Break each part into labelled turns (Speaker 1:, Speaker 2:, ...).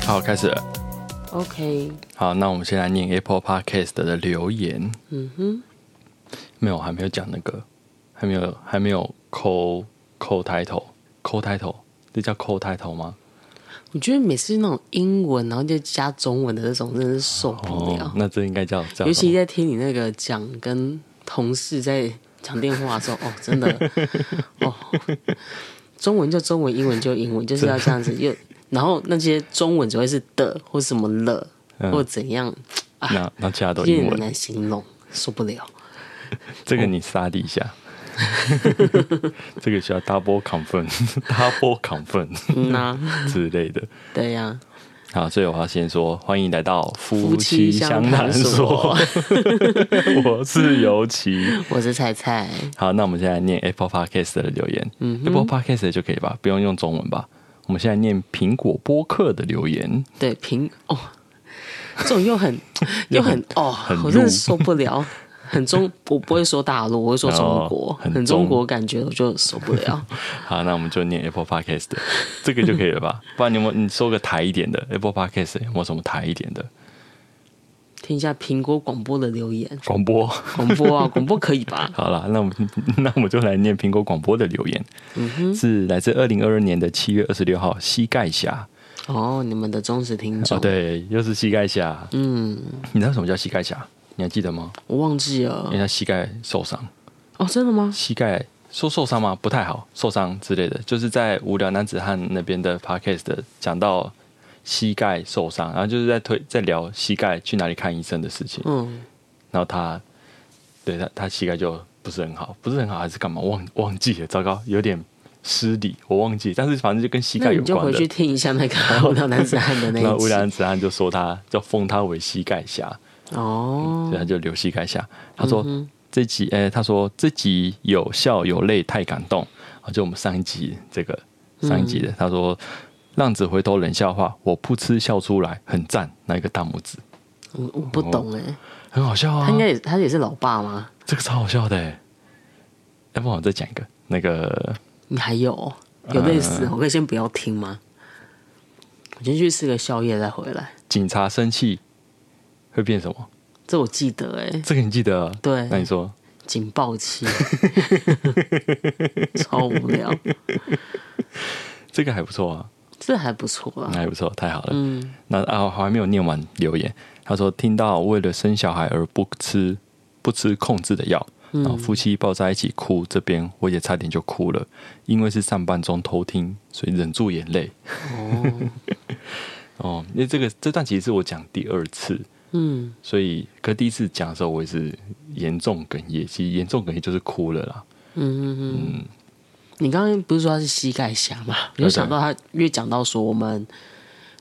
Speaker 1: 好，开始了。
Speaker 2: OK，
Speaker 1: 好，那我们先来念 Apple Podcast 的留言。
Speaker 2: 嗯哼，
Speaker 1: 没有，还没有讲那个，还没有，还没有扣扣 title，扣 title，这叫扣 title 吗？
Speaker 2: 我觉得每次那种英文，然后就加中文的那种，真的是受不了。
Speaker 1: 哦，那这应该叫叫
Speaker 2: 尤
Speaker 1: 什
Speaker 2: 其
Speaker 1: 么？
Speaker 2: 在听你那个讲跟同事在讲电话的时候，哦，真的，哦，中文就中文，英文就英文，就是要这样子。又然后那些中文只会是的或什么了、或怎样，
Speaker 1: 那那其他都
Speaker 2: 有
Speaker 1: 英
Speaker 2: 点
Speaker 1: 嗯文，
Speaker 2: 难形容，受不了。
Speaker 1: 这个你杀一 下。这个需要 double confirm，double confirm
Speaker 2: 嗯呐、
Speaker 1: 之类的。
Speaker 2: 对呀、
Speaker 1: 好，所以我要先说，欢迎来到夫
Speaker 2: 夫妻
Speaker 1: 相
Speaker 2: 相谈
Speaker 1: 所
Speaker 2: 所。
Speaker 1: 我是尤其，
Speaker 2: 我是菜菜，
Speaker 1: 好，那我们现在念 Apple Podcast 的留言、a p p l e Podcast 的就可以吧，不用用中文吧。我们现在念苹果播客的留言，
Speaker 2: 对平哦，这种 又很又很哦，
Speaker 1: 很
Speaker 2: 我真的
Speaker 1: 入
Speaker 2: 受不了。很中，我不会说大陆，我会说中
Speaker 1: 哦
Speaker 2: 国，
Speaker 1: 很
Speaker 2: 很中
Speaker 1: 中
Speaker 2: 国感觉我就受不 了。
Speaker 1: 好，那我们就念 Apple Podcast 的这个就可以了吧？不然你有没有你说个台一点的 Apple Podcast 有没有什么台一点的
Speaker 2: 听一下苹果广播的留言，
Speaker 1: 广播？
Speaker 2: 广播啊，广播可以吧？
Speaker 1: 好啦，那我们 那我们就来念苹果广播的留言，是来自二零二二年的七月二十六号，膝盖侠
Speaker 2: 哦，你们的忠实听众，
Speaker 1: 哦，对，又是膝盖侠。
Speaker 2: 嗯，
Speaker 1: 你知道什么叫膝盖侠？你还记得吗？
Speaker 2: 我忘记了
Speaker 1: 因为，他膝盖受伤。
Speaker 2: 哦，真的吗？
Speaker 1: 膝盖说受伤吗？不太好，受伤之类的，就是在无聊男子汉那边的 podcast 的讲到膝盖受伤，然后就是在推在聊膝盖去哪里看医生的事情，
Speaker 2: 嗯，
Speaker 1: 然后他对他他膝盖就不是很好，不是很好还是干嘛忘忘记了，糟糕，有点失礼，我忘记，但是反正就跟膝
Speaker 2: 那
Speaker 1: 盖有
Speaker 2: 你就
Speaker 1: 关
Speaker 2: 回
Speaker 1: 的
Speaker 2: 去。听一下那个《 我聊男子汉》的那
Speaker 1: 那
Speaker 2: 一
Speaker 1: 无
Speaker 2: 集
Speaker 1: 聊。男子汉就说他就封他为膝盖侠，
Speaker 2: 哦
Speaker 1: 所以，他就留膝盖下。他说、这集，哎、他说这集有笑有泪，太感动。啊，就我们上一集这个上一集的，他说浪子回头冷笑话，我噗嗤笑出来，很赞，那一个大拇指，
Speaker 2: 我我不
Speaker 1: 哦
Speaker 2: 懂哎，
Speaker 1: 很好笑啊
Speaker 2: 他应，该也他也是老爸吗？
Speaker 1: 这个超好笑的、欸。要不然我再讲一个，那个
Speaker 2: 你还有有类似，
Speaker 1: 呃
Speaker 2: 我可以先不要听吗？我先去吃个宵夜再回来，
Speaker 1: 警察生气会变什么？
Speaker 2: 这我记得哎，
Speaker 1: 这个你记得啊？
Speaker 2: 对
Speaker 1: 那你说
Speaker 2: 警报 器，超无聊，
Speaker 1: 这个还不错啊。
Speaker 2: 这还不错
Speaker 1: 那
Speaker 2: 啊啦。
Speaker 1: 哎还不错，太好了。嗯，那啊，我还没有念完留言。他说听到为了生小孩而不吃不吃控制的药，
Speaker 2: 嗯
Speaker 1: 然后夫妻抱在一起哭，这边我也差点就哭了，因为是上班中偷听，所以忍住眼泪。 哦，因为这个这段其实是我讲第二次，
Speaker 2: 嗯，
Speaker 1: 所以可第一次讲的时候我也是严重哽咽，其实严重哽咽就是哭了啦。
Speaker 2: 你刚刚不是说他是膝盖侠嘛？我就想到他越讲到说我们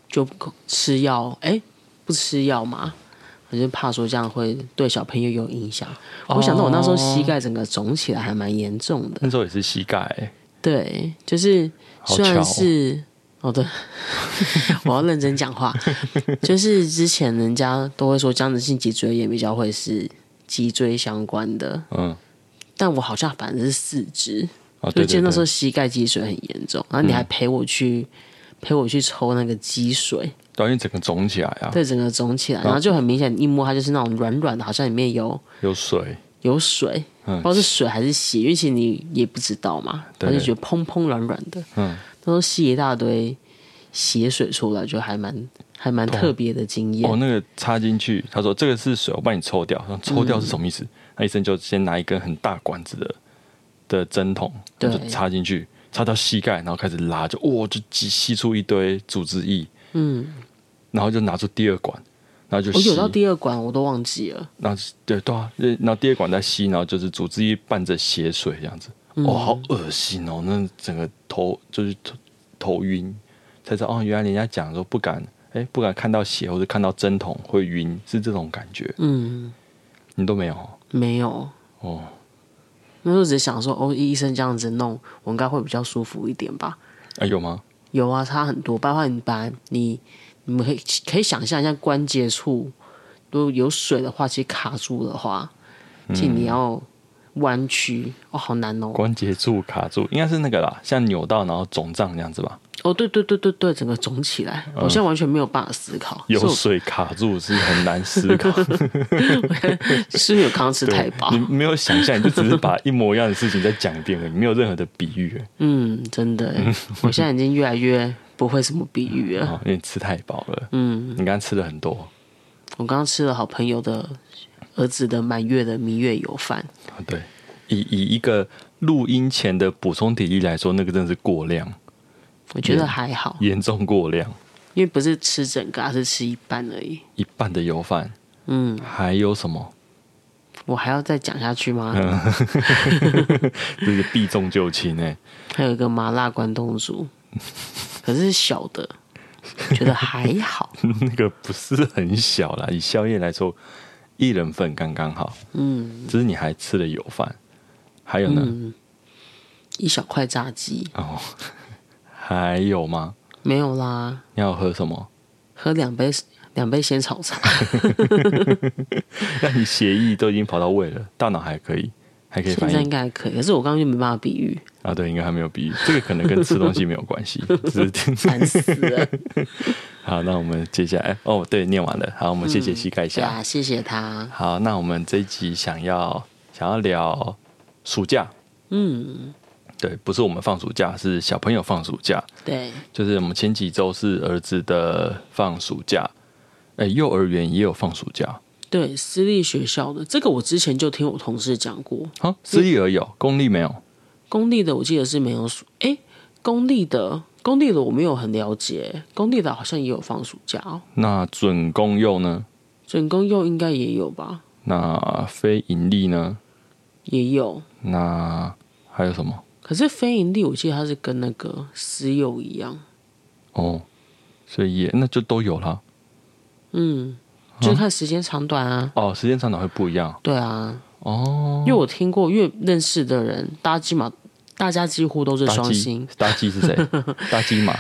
Speaker 2: 就吃药，哎、不吃药嘛，我就怕说这样会对小朋友有影响。我想到我那时候
Speaker 1: 哦
Speaker 2: 膝盖整个肿起来还蛮严重的，
Speaker 1: 那时候也是膝盖、欸
Speaker 2: 对，就是
Speaker 1: 好
Speaker 2: 虽
Speaker 1: 巧
Speaker 2: 然
Speaker 1: 哦
Speaker 2: 是哦对， 我要认真讲 话，就是之前人家都会说僵直性脊椎炎比较会是脊椎相关的，
Speaker 1: 嗯，
Speaker 2: 但我好像反正是四肢。
Speaker 1: 哦，
Speaker 2: 就
Speaker 1: 对
Speaker 2: 记
Speaker 1: 对嗯
Speaker 2: 得那时候
Speaker 1: 对，
Speaker 2: 膝盖积水很严重，然后你还陪我去、陪我去抽那个积水，
Speaker 1: 对，因为整个肿起来啊，
Speaker 2: 对，整个肿起来，然后就很明显，一摸它就是那种软软的，好像里面有
Speaker 1: 有水，
Speaker 2: 有水，
Speaker 1: 嗯
Speaker 2: 不知道是水还是血，因为其实你也不知道嘛，
Speaker 1: 对
Speaker 2: 他就觉得砰砰软软的，
Speaker 1: 嗯，
Speaker 2: 那时候吸一大堆血水出来，就还蛮还蛮特别的经验。
Speaker 1: 哦，那个插进去，他说这个是水，我帮你抽掉。然后抽掉是
Speaker 2: 嗯
Speaker 1: 什么意思？那医生就先拿一根很大管子的的针筒，
Speaker 2: 对
Speaker 1: 就插进去，插到膝盖，然后开始拉，就哇、就吸吸出一堆组织液，
Speaker 2: 嗯，
Speaker 1: 然后就拿出第二管，然后就
Speaker 2: 我
Speaker 1: 吸，
Speaker 2: 哦有到第二管我都忘记了，
Speaker 1: 然后对对啊，然后第二管再吸，然后就是组织液伴着血水这样子，
Speaker 2: 嗯
Speaker 1: 哦，好恶心哦，那整个头就是头头晕，才知道哦，原来人家讲说不敢。哎，不敢看到血或者看到针筒会晕，是这种感觉。
Speaker 2: 嗯，
Speaker 1: 你都没有哦
Speaker 2: 没有。
Speaker 1: 哦，
Speaker 2: 那时候只是想说，哦，医生这样子弄，我应该会比较舒服一点吧。
Speaker 1: 啊有吗？
Speaker 2: 有啊，差很多。包括你把你，你们可以可以想象一下关节处，如果有水的话，其实卡住的话，其实你要弯曲，哦，好难哦。
Speaker 1: 关节处卡住，应该是那个啦，像扭到然后肿胀这样子吧？
Speaker 2: 哦，对对对对对，整个肿起来，我现在完全没有办法思考，
Speaker 1: 嗯有
Speaker 2: 是我
Speaker 1: 水卡住是很难思考，
Speaker 2: 是不是有刚刚吃
Speaker 1: 对
Speaker 2: 太饱
Speaker 1: 你？没有想象，你就只是把一模一样的事情再讲一遍而已，没有任何的比 喻
Speaker 2: 嗯，真的耶，我现在已经越来越不会什么比喻
Speaker 1: 啊、
Speaker 2: 了。
Speaker 1: 哦因为你吃太饱了，
Speaker 2: 嗯，
Speaker 1: 你刚刚吃了很多，
Speaker 2: 我刚刚吃了好朋友的儿子的满月的蜜月油饭，
Speaker 1: 啊对，以以一个录音前的补充体力来说，那个真的是过量，
Speaker 2: 我觉得
Speaker 1: 嗯
Speaker 2: 还好，
Speaker 1: 严重过量，
Speaker 2: 因为不是吃整个，而啊是吃一半而已。
Speaker 1: 一半的油饭，
Speaker 2: 嗯，
Speaker 1: 还有什么？嗯
Speaker 2: 我还要再讲下去吗？
Speaker 1: 这是避重就轻哎、
Speaker 2: 还有一个麻辣关东煮， 可是是小的，觉得还好。
Speaker 1: 那个不是很小啦，以宵夜来说，一人份刚刚好。
Speaker 2: 嗯
Speaker 1: 只是你还吃了油饭，还有呢？
Speaker 2: 嗯，一小块炸鸡
Speaker 1: 哦， 还有吗？
Speaker 2: 没有啦，
Speaker 1: 你要喝什么？
Speaker 2: 喝两杯两杯鲜草茶。
Speaker 1: 那你血液都已经跑到胃了，大脑还可以，还可以
Speaker 2: 现
Speaker 1: 反
Speaker 2: 在应
Speaker 1: 应
Speaker 2: 该还可以，可是我刚刚就没办法比喻，
Speaker 1: 啊？对，应该还没有比喻，这个可能跟吃东西没有关系，只是
Speaker 2: 烦死了。
Speaker 1: 好。那我们接下来哦，对，念完了，好，我们谢谢膝盖一
Speaker 2: 对
Speaker 1: 下。
Speaker 2: 啊，谢谢他。
Speaker 1: 好，那我们这一集想要想要聊暑假，
Speaker 2: 嗯，
Speaker 1: 对，不是我们放暑假，是小朋友放暑假。
Speaker 2: 对，
Speaker 1: 就是我们前几周是儿子的放暑假，哎、幼儿园也有放暑假，
Speaker 2: 对，私立学校的这个我之前就听我同事讲过，
Speaker 1: 啊，私立而有，公立没有。
Speaker 2: 公立的我记得是没有暑，哎，公立的公立的我没有很了解，公立的好像也有放暑假哦，
Speaker 1: 那准公幼呢？
Speaker 2: 准公幼应该也有吧，
Speaker 1: 那非盈利呢？
Speaker 2: 也有，
Speaker 1: 那还有什么？
Speaker 2: 可是非盈利我记得它是跟那个私幼一样，
Speaker 1: 哦，所以也那就都有啦。
Speaker 2: 嗯，就是看时间长短啊，
Speaker 1: 哦，时间长短会不一样
Speaker 2: 对啊，
Speaker 1: 哦
Speaker 2: 因。为我听过，因为认识的人，大家起码大家几乎都是
Speaker 1: 大
Speaker 2: 双
Speaker 1: 鸡
Speaker 2: 薪，，
Speaker 1: 大鸡 是谁？大鸡嘛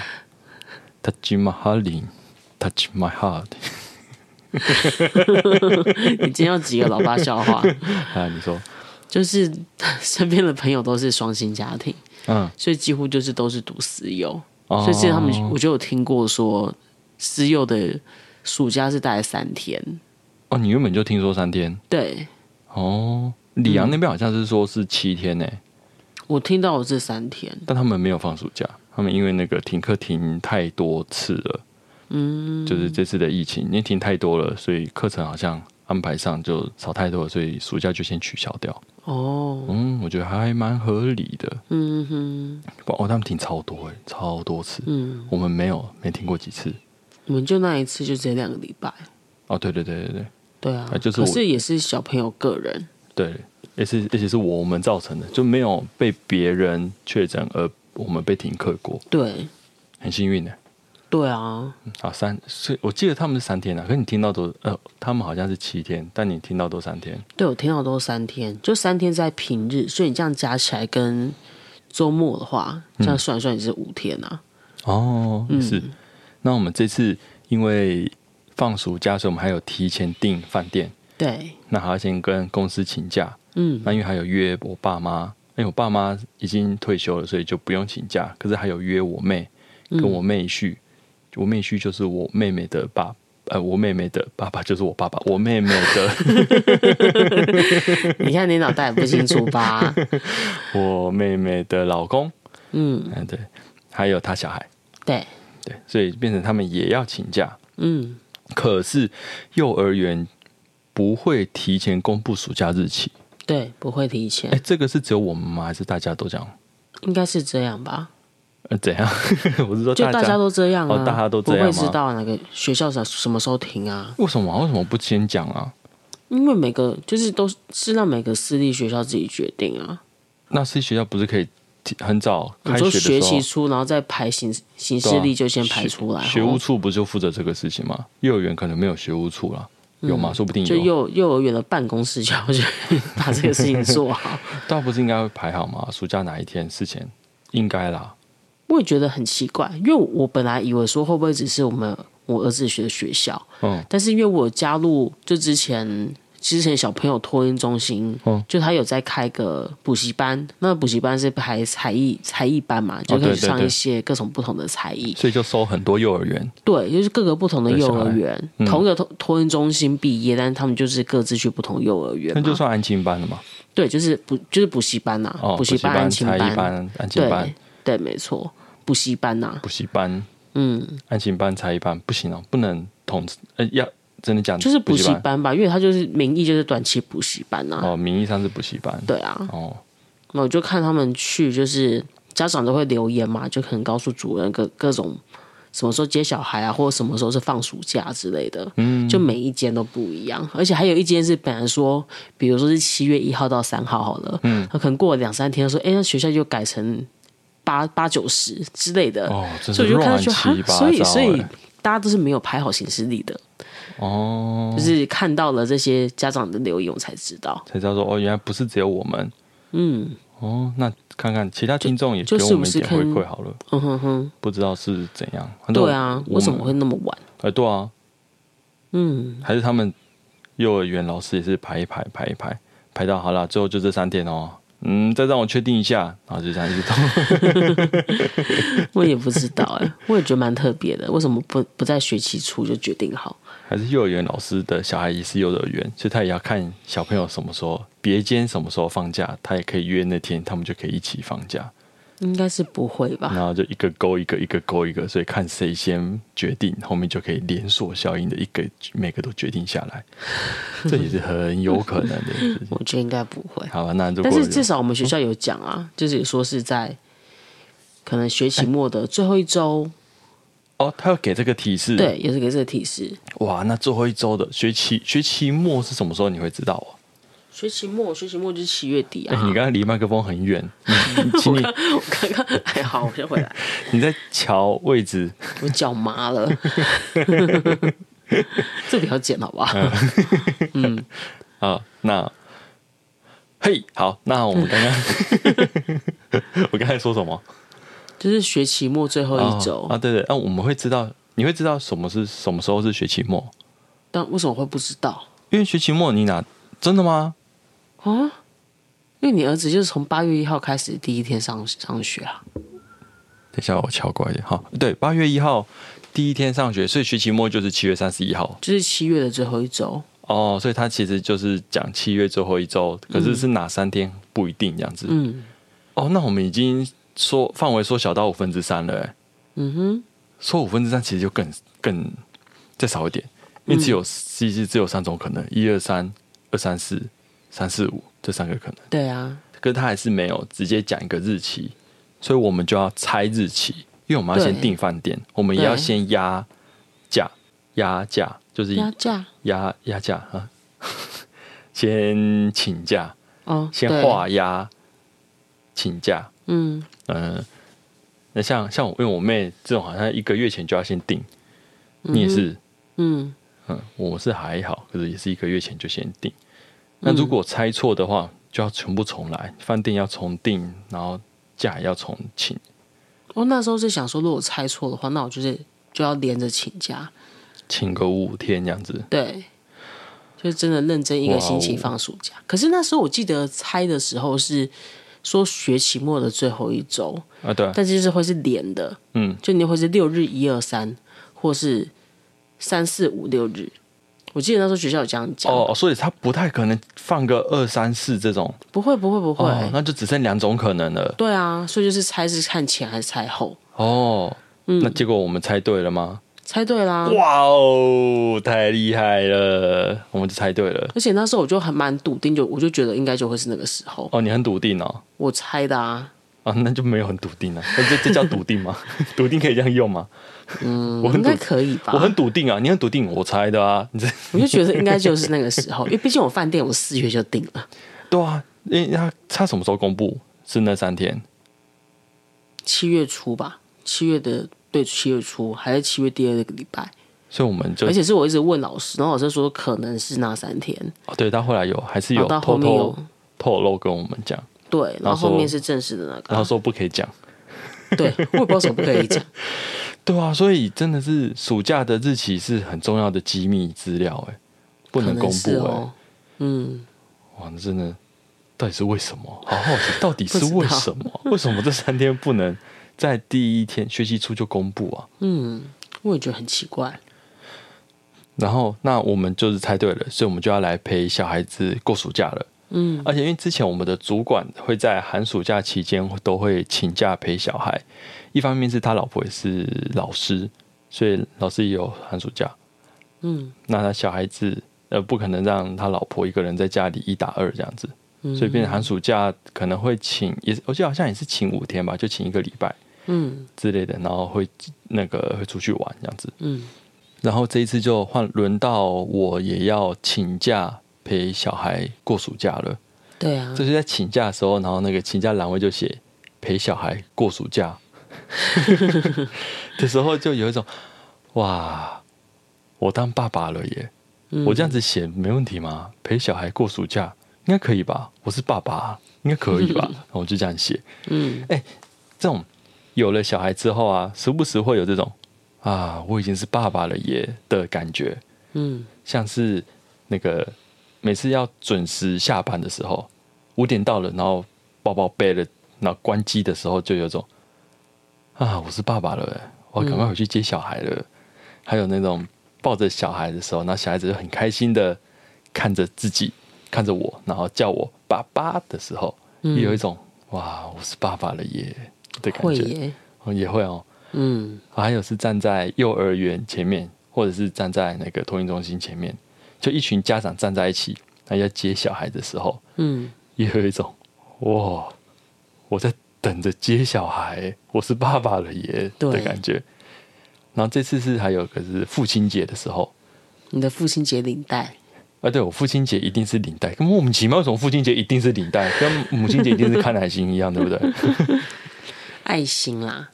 Speaker 1: ，Touch my heart，Touch my heart。
Speaker 2: 你今天要几个老爸笑 话？
Speaker 1: 啊，
Speaker 2: 哎
Speaker 1: 你说，
Speaker 2: 就是身边的朋友都是双薪家庭，
Speaker 1: 嗯，
Speaker 2: 所以几乎就是都是读私幼，
Speaker 1: 哦
Speaker 2: 所以之前他们我就有听过说，私幼的暑假是大概三天，
Speaker 1: 哦，你原本就听说三天。
Speaker 2: 对
Speaker 1: 哦，里昂那边好像是说是七天呢、
Speaker 2: 嗯我听到我是三天，
Speaker 1: 但他们没有放暑假，他们因为那个停课停太多次了，嗯，就是这次的疫情，因为停太多了，所以课程好像安排上就少太多了，所以暑假就先取消掉。
Speaker 2: 哦，
Speaker 1: 嗯，我觉得还蛮合理的。
Speaker 2: 嗯哼，
Speaker 1: 哦，他们停超多哎、超多次，
Speaker 2: 嗯，
Speaker 1: 我们没有没停过几次。
Speaker 2: 我们就那一次就只有两个礼拜，
Speaker 1: 哦，对对对对对
Speaker 2: 对啊，
Speaker 1: 啊就是
Speaker 2: 可
Speaker 1: 我
Speaker 2: 是也是小朋友个人，
Speaker 1: 对，而且而且是我们造成的，就没有被别人确诊而我们被停课过，
Speaker 2: 对
Speaker 1: 很幸运的、
Speaker 2: 对啊，
Speaker 1: 啊，三，所以我记得他们是三天啊，可你听到都呃，他们好像是七天，但你听到都三天
Speaker 2: 对我听到都三天，就三天在平日，所以你这样加起来跟周末的话，这样算一算也是五天啊，
Speaker 1: 哦，是。
Speaker 2: 嗯
Speaker 1: 那我们这次因为放暑假，所以我们还有提前订饭店，
Speaker 2: 对，
Speaker 1: 那还要先跟公司请假，
Speaker 2: 嗯
Speaker 1: 那因为还有约我爸妈，因为我爸妈已经退休了，所以就不用请假，可是还有约我妹跟
Speaker 2: 嗯
Speaker 1: 我妹婿，我妹婿就是我妹妹的爸。呃，我妹妹的爸爸就是我爸爸，我妹妹的
Speaker 2: 你看你脑袋也不清楚吧？
Speaker 1: 我妹妹的老公，
Speaker 2: 嗯，
Speaker 1: 嗯，对，还有他小孩，
Speaker 2: 对，
Speaker 1: 对，所以变成他们也要请假。
Speaker 2: 嗯，
Speaker 1: 可是幼儿园不会提前公布暑假日期，
Speaker 2: 对，不会提
Speaker 1: 哎、
Speaker 2: 前，
Speaker 1: 这个是只有我们吗？还是大家都这样？
Speaker 2: 应该是这样吧？
Speaker 1: 呃，怎样？ 我是说
Speaker 2: 就
Speaker 1: 哦大
Speaker 2: 大家都这样啊，
Speaker 1: 哦大家都这样吗
Speaker 2: 不会知道哪个学校什什么时候停啊？
Speaker 1: 为什么啊、为什么不先讲啊？
Speaker 2: 因为每个就是都是让每个私立学校自己决定啊。
Speaker 1: 那私立学校不是可以提很早
Speaker 2: 你
Speaker 1: 开
Speaker 2: 说
Speaker 1: 学
Speaker 2: 学
Speaker 1: 的时
Speaker 2: 习
Speaker 1: 候？
Speaker 2: 出，然后再排行行
Speaker 1: 对啊
Speaker 2: 事历就先排出来，
Speaker 1: 学学务
Speaker 2: 哦
Speaker 1: 处不就负责这个事情吗？幼儿园可能没有学务处啦，有吗？说不定
Speaker 2: 嗯就
Speaker 1: 有。
Speaker 2: 幼幼儿园的办公室就要去把这个事情做好。
Speaker 1: 倒不是应该会排好吗？暑假哪一天事前应该啦。
Speaker 2: 我也觉得很奇怪，因为我本来以为说会不会只是我们我儿子学的学校，
Speaker 1: 嗯
Speaker 2: 但是因为我加入就之前之前小朋友托婴中心，
Speaker 1: 嗯
Speaker 2: 就他有在开个补习班，那补习班是排才艺才艺班嘛，就可以
Speaker 1: 哦对
Speaker 2: 去
Speaker 1: 对
Speaker 2: 上一
Speaker 1: 对
Speaker 2: 些各种不同的才艺。
Speaker 1: 所以就收很多幼儿园，
Speaker 2: 对，就是各个不同的
Speaker 1: 对
Speaker 2: 幼
Speaker 1: 小
Speaker 2: 儿
Speaker 1: 孩嗯
Speaker 2: 园，同一个托托婴中心毕业，但是他们就是各自去不同幼儿园嘛。
Speaker 1: 那就算安亲班了嘛。
Speaker 2: 对，就是补就是补习班呐、
Speaker 1: 哦，补
Speaker 2: 习
Speaker 1: 习
Speaker 2: 班、安
Speaker 1: 班、
Speaker 2: 亲
Speaker 1: 才艺班、安亲班
Speaker 2: 对、对，没错，补习班呐、
Speaker 1: 补习班、
Speaker 2: 嗯，
Speaker 1: 安亲班、才艺班，不行哦，不能统，呃，要真的讲
Speaker 2: 就是补习
Speaker 1: 班
Speaker 2: 班吧，因为它就是名义就是短期补习班呐、
Speaker 1: 哦，名义上是补习班。
Speaker 2: 对啊，
Speaker 1: 哦，
Speaker 2: 那我就看他们去，就是家长都会留言嘛，就可能告诉主任各各种什么时候接小孩啊，或者什么时候是放暑假之类的。嗯，就每一间都不一样，而且还有一间是本来说，比如说是七月一号到三号好了，嗯，可能过了两三天说，哎，那学校就改成八八九十之类的，
Speaker 1: 哦，真
Speaker 2: 所
Speaker 1: 是
Speaker 2: 以我就看
Speaker 1: 乱七
Speaker 2: 到就哈，
Speaker 1: 八糟、欸。
Speaker 2: 所以所以大家都是没有排好行事历的，
Speaker 1: 哦，
Speaker 2: 就是看到了这些家长的留言，我才知道，
Speaker 1: 才知道说哦，原来不是只有我们。
Speaker 2: 嗯
Speaker 1: 哦，那看看其他听众也给
Speaker 2: 就
Speaker 1: 我
Speaker 2: 是不
Speaker 1: 们一
Speaker 2: 是
Speaker 1: 点回
Speaker 2: 看
Speaker 1: 馈好了，
Speaker 2: 嗯哼哼，
Speaker 1: 不知道是怎样。反正
Speaker 2: 对啊，
Speaker 1: 我
Speaker 2: 为什
Speaker 1: 们
Speaker 2: 么会那么晚？
Speaker 1: 哎，对啊，
Speaker 2: 嗯，
Speaker 1: 还是他们幼儿园老师也是排一排，排一排，排到好了，最后就这三天哦。嗯，再让我确定一下，然后就这样一直到
Speaker 2: 我也不知道哎、我也觉得蛮特别的，为什么不不在学期初就决定好？
Speaker 1: 还是幼儿园老师的小孩也是幼儿园，所以他也要看小朋友什么时候别间什么时候放假，他也可以约那天，他们就可以一起放假，
Speaker 2: 应该是不会吧？
Speaker 1: 然后就一个勾一个，一个勾一个，所以看谁先决定，后面就可以连锁效应的一个每个都决定下来，这也是很有可能的事情。
Speaker 2: 我觉得应该不会。
Speaker 1: 好吧，那如果
Speaker 2: 但是
Speaker 1: 有
Speaker 2: 至少我们学校有讲啊，就是也说是在可能学期末的最后一周，
Speaker 1: 哦，他要给这个提示，
Speaker 2: 对，也是给这个提示。
Speaker 1: 哇，那最后一周的学期学期末是什么时候？你会知道哦。
Speaker 2: 学期末，学期末就是七月底
Speaker 1: 哎、
Speaker 2: 啊。
Speaker 1: 你刚才离麦克风很远，你你 请你
Speaker 2: 我刚刚还好，我先回来。
Speaker 1: 你在瞧位置，
Speaker 2: 我脚 麻了，这个不要剪好不好？
Speaker 1: 嗯啊，那嘿，好，那我们刚刚 我刚才说什么？
Speaker 2: 就是学期末最后一周，
Speaker 1: 哦啊，对对，那、我们会知道，你会知道什么是什么时候是学期末，
Speaker 2: 但为什么会不知道
Speaker 1: 因为学期末你哪真的吗？
Speaker 2: 啊？因为你儿子就是从八月一号开始第一天上上学啊，
Speaker 1: 等一下我瞧过一点，好，对，八月一号第一天上学，所以学期末就是七月三十一号
Speaker 2: 就是七月的最后一周。
Speaker 1: 哦，所以它其实就是讲七月最后一周，可是是哪三天不一定这样子。
Speaker 2: 嗯
Speaker 1: 哦，那我们已经缩范围缩小到五分之三了、欸，
Speaker 2: 嗯哼，
Speaker 1: 说五分之三其实就更更再少一点，因为只
Speaker 2: 嗯
Speaker 1: 有、其实只有三种可能，一二三、二三四、三四五这三个可能，
Speaker 2: 对啊，
Speaker 1: 可是他还是没有直接讲一个日期，所以我们就要猜日期，因为我们要
Speaker 2: 对
Speaker 1: 先订饭店，我们也要
Speaker 2: 对
Speaker 1: 先压价，压价就是
Speaker 2: 压价
Speaker 1: 压压价啊， 先请假，
Speaker 2: 哦，
Speaker 1: 先
Speaker 2: 对，
Speaker 1: 画押请假，
Speaker 2: 嗯，
Speaker 1: 嗯，那像像我因为我妹这种好像一个月前就要先订，你也是，
Speaker 2: 嗯，
Speaker 1: 嗯，我是还好，可是也是一个月前就先订。那如果猜错的话，就要全部重来，饭店要重订，然后假也要重请。
Speaker 2: 我那时候是想说，如果猜错的话，那我就是就要连着请假，
Speaker 1: 请个五天这样子，
Speaker 2: 对，就真的认真一个星期
Speaker 1: 哇哦
Speaker 2: 放暑假。可是那时候我记得猜的时候是说学期末的最后一周，
Speaker 1: 啊，对啊，
Speaker 2: 但是就是会是连的，
Speaker 1: 嗯，
Speaker 2: 就你会是六日一二三，或是三四五六日。我记得那时候学校有这样讲，
Speaker 1: 哦，哦所以他不太可能放个二三四这种，
Speaker 2: 不会不会不会，
Speaker 1: 哦，那就只剩两种可能了。
Speaker 2: 对啊，所以就是猜是看前还是猜后，
Speaker 1: 哦，那结果我们猜对了吗？
Speaker 2: 猜对啦。
Speaker 1: 哇哦，太厉害了，我们就猜对了。
Speaker 2: 而且那时候我就还蛮笃定，就我就觉得应该就会是那个时候，
Speaker 1: 哦，你很笃定哦。
Speaker 2: 我猜的啊，
Speaker 1: 啊，那就没有很笃定啊，那这这叫笃定吗？ 笃定可以这样用吗？嗯，我很
Speaker 2: 应
Speaker 1: 笃
Speaker 2: 该，可以吧？
Speaker 1: 我很笃定啊，你很笃定，我猜的啊，你这
Speaker 2: 我就觉得应该就是那个时候，因为毕竟我饭店我四月就定了，
Speaker 1: 对啊，因为他他什么时候公布？是那三天
Speaker 2: 七月初吧，七月的对，七月初还是七月第二个礼拜，
Speaker 1: 所以我们就
Speaker 2: 而且是我一直问老师，然后老师说可能是那三天，
Speaker 1: 哦对他后来有还是
Speaker 2: 然
Speaker 1: 有
Speaker 2: 后哦到
Speaker 1: 偷
Speaker 2: 后面有
Speaker 1: 偷透露跟我们讲，
Speaker 2: 对，然
Speaker 1: 然后
Speaker 2: 后后面
Speaker 1: 说
Speaker 2: 是正式的那个啊
Speaker 1: 然后，说不可以讲，
Speaker 2: 对， 我也不知道什么不可以讲，
Speaker 1: 对啊，所以真的是暑假的日期是很重要的机密资料哎、不
Speaker 2: 可
Speaker 1: 能公
Speaker 2: 能
Speaker 1: 布
Speaker 2: 是
Speaker 1: 哎、
Speaker 2: 哦，嗯，
Speaker 1: 哇，那真的到底是为什么？好好奇，到底是为什么？为什么这三天不能在第一天学习初就公布啊？
Speaker 2: 嗯，我也觉得很奇怪。
Speaker 1: 然后，那我们就是猜对了，所以我们就要来陪小孩子过暑假了。
Speaker 2: 嗯，
Speaker 1: 而且因为之前我们的主管会在寒暑假期间都会请假陪小孩，一方面是他老婆也是老师，所以老师也有寒暑假。
Speaker 2: 嗯
Speaker 1: 那他小孩子呃不可能让他老婆一个人在家里一打二这样子，
Speaker 2: 嗯
Speaker 1: 所以变成寒暑假可能会请，也是我记得好像也是请五天吧，就请一个礼拜
Speaker 2: 嗯
Speaker 1: 之类的，然后会那个会出去玩这样子。
Speaker 2: 嗯
Speaker 1: 然后这一次就换轮到我也要请假陪小孩过暑假了。
Speaker 2: 对啊
Speaker 1: 这，是在请假的时候，然后那个请假栏位就写陪小孩过暑假的时候，就有一种哇，我当爸爸了耶！
Speaker 2: 嗯
Speaker 1: 我这样子写没问题吗？陪小孩过暑假应该可以吧？我是爸爸，应该可以吧？ 然后我就这样写。哎
Speaker 2: 嗯
Speaker 1: 这种有了小孩之后啊，时不时会有这种啊，我已经是爸爸了耶的感觉。
Speaker 2: 嗯
Speaker 1: 像是那个每次要准时下班的时候，五点到了，然后包包背了，然后关机的时候，就有种啊，我是爸爸了欸，我要赶快
Speaker 2: 嗯
Speaker 1: 回去接小孩了。还有那种抱着小孩的时候，那小孩子就很开心的看着自己，看着我，然后叫我爸爸的时候，
Speaker 2: 嗯
Speaker 1: 也有一种哇，我是爸爸了耶的感
Speaker 2: 会
Speaker 1: 觉，
Speaker 2: 耶，
Speaker 1: 哦也会哦。
Speaker 2: 嗯
Speaker 1: 还有是站在幼儿园前面，或者是站在那个托运中心前面，就一群家长站在一起，那要接小孩的时候，
Speaker 2: 嗯
Speaker 1: 也有一种哇，我在等着接小孩，我是爸爸了耶
Speaker 2: 对
Speaker 1: 的感觉。然后这次是还有个是父亲节的时候，
Speaker 2: 你的父亲节领带，
Speaker 1: 啊，对我父亲节一定是领带，跟莫名其妙为什么父亲节一定是领带，跟母亲节一定是看海星一样，对不 对？
Speaker 2: 爱心啦，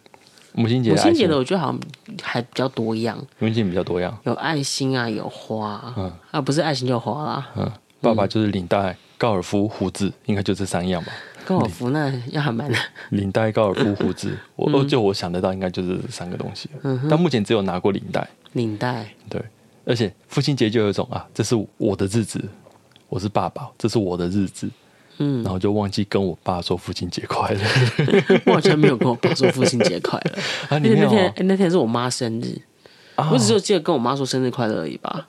Speaker 1: 母亲节、
Speaker 2: 母
Speaker 1: 爱
Speaker 2: 亲节
Speaker 1: 心
Speaker 2: 的我觉得好像还比较多样，
Speaker 1: 母亲节比较多样，
Speaker 2: 有爱心啊，有花啊，
Speaker 1: 嗯
Speaker 2: 啊不是爱心就花啦，
Speaker 1: 嗯，爸爸就是领带、高尔夫、胡子，应该就这三样吧。
Speaker 2: 高尔夫那要还蛮，
Speaker 1: 领带、高尔夫、胡子，我、
Speaker 2: 嗯
Speaker 1: 哦就我想得到应该就是这三个东西。但目前只有拿过领带，
Speaker 2: 领带，
Speaker 1: 对，而且父亲节就有一种啊，这是我的日子，我是爸爸，这是我的日子，
Speaker 2: 嗯
Speaker 1: 然，后就忘记跟我爸说父亲节快乐。
Speaker 2: 我好像没有跟我爸说父亲节快乐，
Speaker 1: 啊，
Speaker 2: 而
Speaker 1: 你
Speaker 2: 且
Speaker 1: 没
Speaker 2: 那
Speaker 1: 有
Speaker 2: 天
Speaker 1: 啊、
Speaker 2: 哎那天是我妈生日，
Speaker 1: 啊？
Speaker 2: 我只有记得跟我妈说生日快乐而已吧。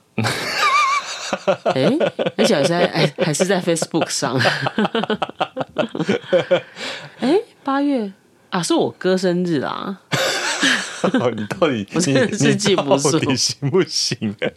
Speaker 2: 哎、而且还是在哎还还是在 Facebook 上。哎、八月啊，是我哥生日啦。
Speaker 1: 哦你到底
Speaker 2: 我真的
Speaker 1: 你
Speaker 2: 是记不
Speaker 1: 你到
Speaker 2: 住
Speaker 1: 底行不行、啊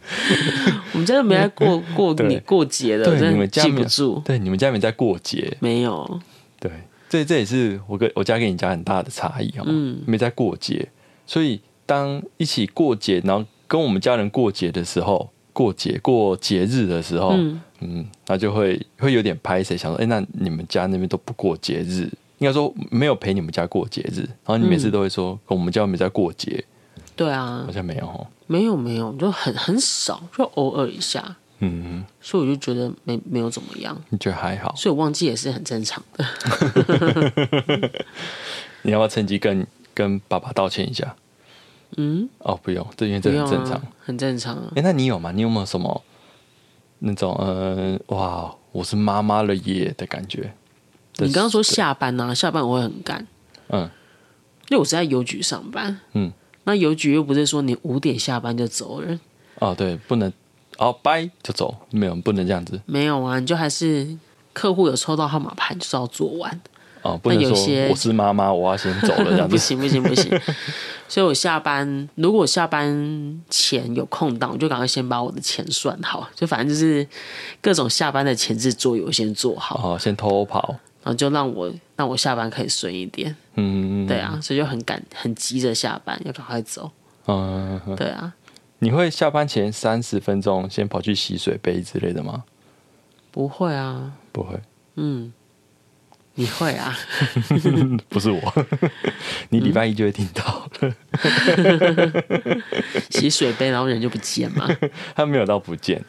Speaker 2: 我们家都没在过过
Speaker 1: 对
Speaker 2: 你过节的，我
Speaker 1: 对，你
Speaker 2: 真
Speaker 1: 们
Speaker 2: 的
Speaker 1: 家
Speaker 2: 记
Speaker 1: 没
Speaker 2: 不
Speaker 1: 有
Speaker 2: 住。
Speaker 1: 对，你们家没在过节，
Speaker 2: 没有，
Speaker 1: 对，这这也是我跟我家跟你家很大的差异哦，
Speaker 2: 嗯
Speaker 1: 没在过节，所以当一起过节，然后跟我们家人过节的时候，过节过节日的时候，嗯
Speaker 2: 嗯
Speaker 1: 那就会会有点拍谁想说，哎，那你们家那边都不过节日，应该说没有陪你们家过节日，然后你每次
Speaker 2: 嗯
Speaker 1: 都会说、跟我们家没在过节，
Speaker 2: 对啊
Speaker 1: 好，像没有哦，
Speaker 2: 没有没有，就很很少，就偶尔一下，
Speaker 1: 嗯，
Speaker 2: 所以我就觉得没没有怎么样，
Speaker 1: 你觉得还好？
Speaker 2: 所以我忘记也是很正常的。
Speaker 1: 你要不要趁机跟跟爸爸道歉一下？
Speaker 2: 嗯，
Speaker 1: 哦，不用，这因为
Speaker 2: 不
Speaker 1: 这
Speaker 2: 用
Speaker 1: 很
Speaker 2: 啊
Speaker 1: 正常。，
Speaker 2: 很正常啊
Speaker 1: 哎、。那你有吗？你有没有什么那种呃，哇，我是妈妈了耶的感觉？
Speaker 2: 你刚刚说下班啊，下班我会很干，
Speaker 1: 嗯
Speaker 2: 因为我是在邮局上班，
Speaker 1: 嗯，
Speaker 2: 那邮局又不是说你五点下班就走人，
Speaker 1: 哦，对，不能哦，拜就走，没有，不能这样子
Speaker 2: 没有啊，你就还是客户有抽到号码牌，你就是要做完，
Speaker 1: 哦，不能
Speaker 2: 那有
Speaker 1: 说
Speaker 2: 些
Speaker 1: 我是妈妈，我要先走了这样
Speaker 2: 不
Speaker 1: 子。
Speaker 2: 行不行不行，所以我下班如果我下班前有空档，我就赶快先把我的钱算好，就反正就是各种下班的前置作业我先做好，
Speaker 1: 哦，先偷跑，
Speaker 2: 然后就让我让我下班可以顺一点，
Speaker 1: 嗯，
Speaker 2: 对啊，所以就很赶很急着下班，要赶快走，
Speaker 1: 嗯，嗯嗯
Speaker 2: 对啊，
Speaker 1: 你会下班前三十分钟先跑去洗水杯之类的吗？
Speaker 2: 不会啊，
Speaker 1: 不会，
Speaker 2: 嗯，你会啊。
Speaker 1: 嗯不是我， 你礼
Speaker 2: 嗯
Speaker 1: 拜一就会听到，
Speaker 2: 洗水杯，然后人就不见嘛。
Speaker 1: 他没有到不见，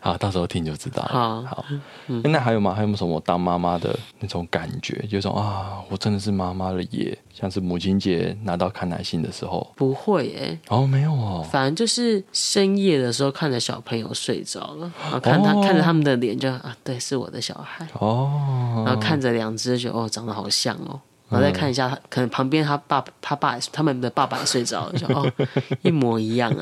Speaker 1: 好，到时候听就知道了。
Speaker 2: 好嗯
Speaker 1: 好，那还有吗？还有没有什么当妈妈的那种感觉？有种啊，我真的是妈妈了耶！像是母亲节拿到康乃馨的时候，
Speaker 2: 不会耶，
Speaker 1: 哦，没有哦，
Speaker 2: 反正就是深夜的时候看着小朋友睡着了，然后看他、
Speaker 1: 哦
Speaker 2: 看着他们的脸就啊，对，是我的小孩，
Speaker 1: 哦，
Speaker 2: 然后看着两只就觉得哦长得好像哦。然后再看一下，他可能旁边他爸、他爸、他们的爸爸也睡着了，就 哦，一模一样啊。